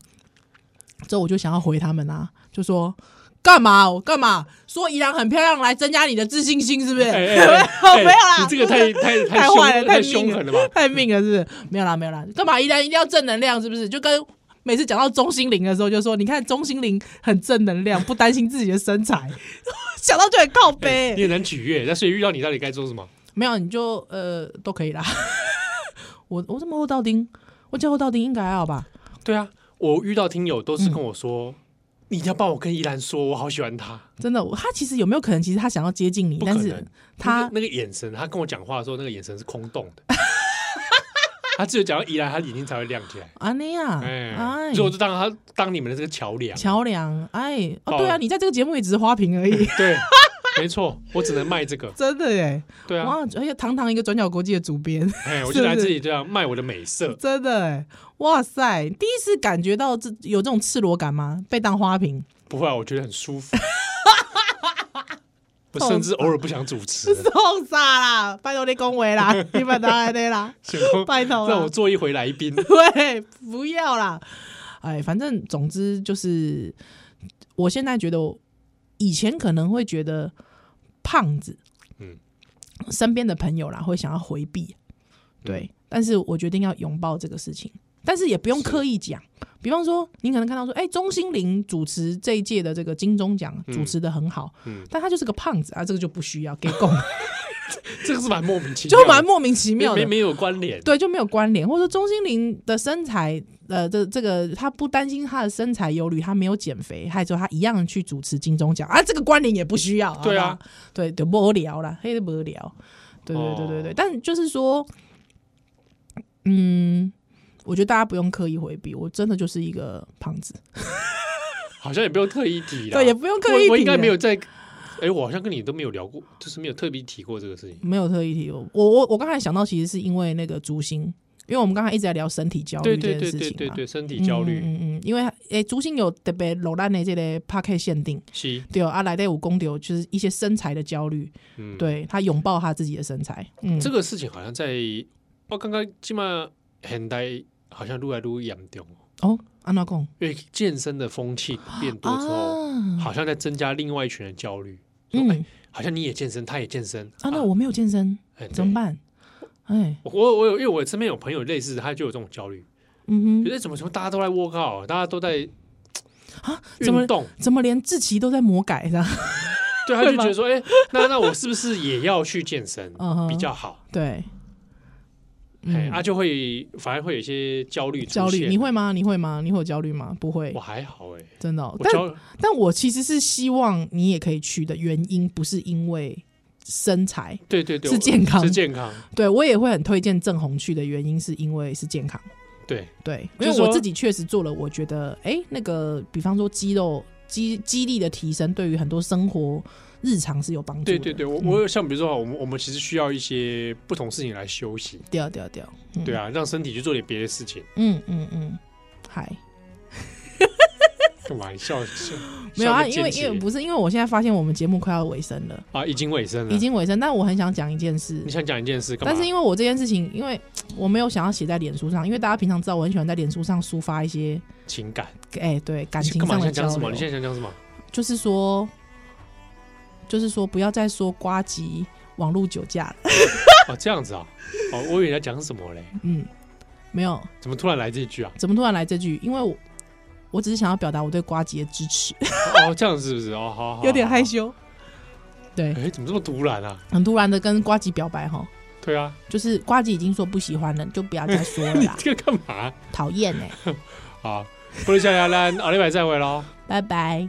Speaker 3: 之后我就想要回他们啊，就说干嘛？我干嘛说宜兰很漂亮来增加你的自信心，是不是？
Speaker 2: 哎
Speaker 3: 没
Speaker 2: 哎
Speaker 3: 有
Speaker 2: 哎 哎
Speaker 3: 啊没有啦，啊
Speaker 2: 你这个太太
Speaker 3: 太
Speaker 2: 凶
Speaker 3: 坏了
Speaker 2: 太
Speaker 3: 太
Speaker 2: 凶
Speaker 3: 命
Speaker 2: 狠了吧？
Speaker 3: 太命了，是不是？没有啦，没有啦，干嘛宜兰一定要正能量，是不是？就跟。每次讲到钟心凌的时候，就说你看钟心凌很正能量，不担心自己的身材， 想到就很靠背、
Speaker 2: 哎你很难取悦，那所以遇到你到底该做什么？
Speaker 3: 没有，你就呃都可以啦。 我我这么厚道丁，我叫厚道丁应该还好吧？
Speaker 2: 对啊，我遇到听友都是跟我
Speaker 3: 嗯
Speaker 2: 说，你一定要帮我跟依兰说，我好喜欢她。
Speaker 3: 真的，我他其实有没有可能，其实他想要接近你，
Speaker 2: 不可
Speaker 3: 但
Speaker 2: 能
Speaker 3: 是他
Speaker 2: 那个那个眼神，他跟我讲话的时候，那个眼神是空洞的。 他只有讲到依兰，他眼睛才会亮起来。
Speaker 3: 啊那样，
Speaker 2: 哎
Speaker 3: 哎，，
Speaker 2: 所以我就当他当你们的这个桥梁。
Speaker 3: 桥梁，哎，
Speaker 2: 好
Speaker 3: 哦，对啊，你在这个节目也只是花瓶而 已，
Speaker 2: 对，没错，我只能卖这个。
Speaker 3: 真的耶，
Speaker 2: 对啊，
Speaker 3: 哇，而且堂堂一个转角国际的主编，
Speaker 2: 哎，我就来这里这样卖我的美色。
Speaker 3: 真的耶，哇塞，第一次感觉到这有这种赤裸感吗？被当花瓶，
Speaker 2: 不会啊，我觉得很舒服。我甚至偶尔不想主持了，
Speaker 3: 送啥啦？拜托你恭维 啦，你把当然的啦，
Speaker 2: 想说
Speaker 3: 拜托
Speaker 2: 让我
Speaker 3: 啦，
Speaker 2: 做一回来宾。
Speaker 3: 对，不要啦。哎，反正总之就是，我现在觉得我，以前可能会觉得胖子，
Speaker 2: 嗯
Speaker 3: 嗯，身边的朋友啦会想要回避，对，但是我决定要拥抱这个事情。但是也不用刻意讲，比方说，你可能看到说，哎、钟欣凌主持这一届的这个金钟奖，主持的很好，
Speaker 2: 嗯
Speaker 3: 但他就是个胖子啊，这个就不需要给供，
Speaker 2: 这个是蛮莫名其妙 的，
Speaker 3: 就蛮莫名其妙的，
Speaker 2: 没没没有关联。
Speaker 3: 对，就没有关联，或者说钟欣凌的身材，呃，这这个她不担心她的身材忧虑，她没有减肥，还说她一样去主持金钟奖啊，这个关联也不需要，好不好
Speaker 2: 对啊，
Speaker 3: 对，就无聊啦，黑的无聊，对对对对对，
Speaker 2: 哦
Speaker 3: 但就是说，嗯，我觉得大家不用刻意回避，我真的就是一个胖子，
Speaker 2: 好像也不用特意提啦。
Speaker 3: 对，也不用刻意
Speaker 2: 我我应
Speaker 3: 提
Speaker 2: 该
Speaker 3: 了
Speaker 2: 没有在，哎，我好像跟你都没有聊过，就是没有特别提过这个事情。
Speaker 3: 没有特意提我，我我我刚才想到，其实是因为那个竹心，因为我们刚才一直在聊身体焦虑
Speaker 2: 对
Speaker 3: 这
Speaker 2: 对对
Speaker 3: 件事情嘛，
Speaker 2: 对对对，身体焦虑
Speaker 3: 嗯嗯嗯，因为诶，竹星有特别落咱的这个 p a r k 限定，
Speaker 2: 是，
Speaker 3: 对啊，来对有公丢就是一些身材的焦虑，
Speaker 2: 嗯，
Speaker 3: 对他拥抱他自己的身材，嗯，
Speaker 2: 这个事情好像在我刚刚起码现代好像愈来愈严重哦，
Speaker 3: 哦，安娜贡
Speaker 2: 因为健身的风气变多之后，
Speaker 3: 啊，
Speaker 2: 好像在增加另外一群人焦虑。嗯，哎
Speaker 3: 嗯，
Speaker 2: 好像你也健身，他也健身
Speaker 3: 啊，那我没有健身
Speaker 2: 哎对
Speaker 3: 怎么办？哎，
Speaker 2: 我我有，因为我身边有朋友类似，他就有这种焦虑，
Speaker 3: 嗯
Speaker 2: 觉
Speaker 3: 哼，
Speaker 2: 得怎么怎么大家都在 work out，大家都在
Speaker 3: 啊，怎么
Speaker 2: 运动，
Speaker 3: 怎么连志奇都在魔改的？
Speaker 2: 对，他就
Speaker 3: 会吗
Speaker 2: 觉得说，哎、那那我是不是也要去健身
Speaker 3: 嗯哼
Speaker 2: 比较好？
Speaker 3: 对，
Speaker 2: 哎、
Speaker 3: 嗯，
Speaker 2: 啊，就会反而会有一些焦虑出
Speaker 3: 焦虑，
Speaker 2: 现
Speaker 3: 你会吗？你会吗？你会有焦虑吗？不会
Speaker 2: 我，还好哎、
Speaker 3: 真的哦，
Speaker 2: 我
Speaker 3: 但
Speaker 2: 焦
Speaker 3: 但我其实是希望你也可以去的原因，不是因为身材，
Speaker 2: 对对对
Speaker 3: 是
Speaker 2: 我
Speaker 3: 健康
Speaker 2: 是健康，
Speaker 3: 对我也会很推荐郑红去的原因，是因为是健康。
Speaker 2: 对，
Speaker 3: 对，
Speaker 2: 就
Speaker 3: 因
Speaker 2: 是
Speaker 3: 为我
Speaker 2: 说
Speaker 3: 自己确实做了，我觉得哎、诶那个比方说肌肉肌肌力的提升，对于很多生活日常是有帮助
Speaker 2: 对
Speaker 3: 的。
Speaker 2: 对对，我
Speaker 3: 嗯
Speaker 2: 我有像比如说，我们我们其实需要一些不同事情来休息，
Speaker 3: 对啊对啊对啊，嗯
Speaker 2: 对，啊，让身体去做点别的事情。
Speaker 3: 嗯嗯嗯，嗨、
Speaker 2: 干嘛你笑笑？
Speaker 3: 没有
Speaker 2: 笑
Speaker 3: 啊，
Speaker 2: 得
Speaker 3: 因为
Speaker 2: 见血
Speaker 3: 因为不是因为我现在发现我们节目快要尾声了，
Speaker 2: 啊，已经尾声了，
Speaker 3: 已经尾声，但我很想讲一件事
Speaker 2: 你。想讲一件事干嘛？
Speaker 3: 但是因为我这件事情，因为我没有想要写在脸书上，因为大家平常知道我很喜欢在脸书上抒发一些，
Speaker 2: 情感，
Speaker 3: 哎、对感情
Speaker 2: 干嘛
Speaker 3: 上
Speaker 2: 你想
Speaker 3: 的交
Speaker 2: 讲什么？
Speaker 3: 流
Speaker 2: 你。现在想讲什么？
Speaker 3: 就是说，就是说，不要再说瓜吉网络酒驾了。
Speaker 2: 哦，这样子啊，哦，我以为你在讲什么嘞？
Speaker 3: 嗯，没有，
Speaker 2: 怎么突然来这一句啊？
Speaker 3: 怎么突然来这句？因为我我只是想要表达我对瓜吉的支持，
Speaker 2: 哦，这样是不是？哦，好，好
Speaker 3: 有点害。
Speaker 2: 好
Speaker 3: 羞。对，
Speaker 2: 哎，怎么这么突然啊？
Speaker 3: 很突然的跟瓜吉表白哈，
Speaker 2: 对啊，
Speaker 3: 就是瓜吉已经说不喜欢了，就不要再说了 啦，
Speaker 2: 这个干嘛
Speaker 3: 讨厌哎，
Speaker 2: 啊？不如下下单，下礼拜再会喽。
Speaker 3: 拜拜。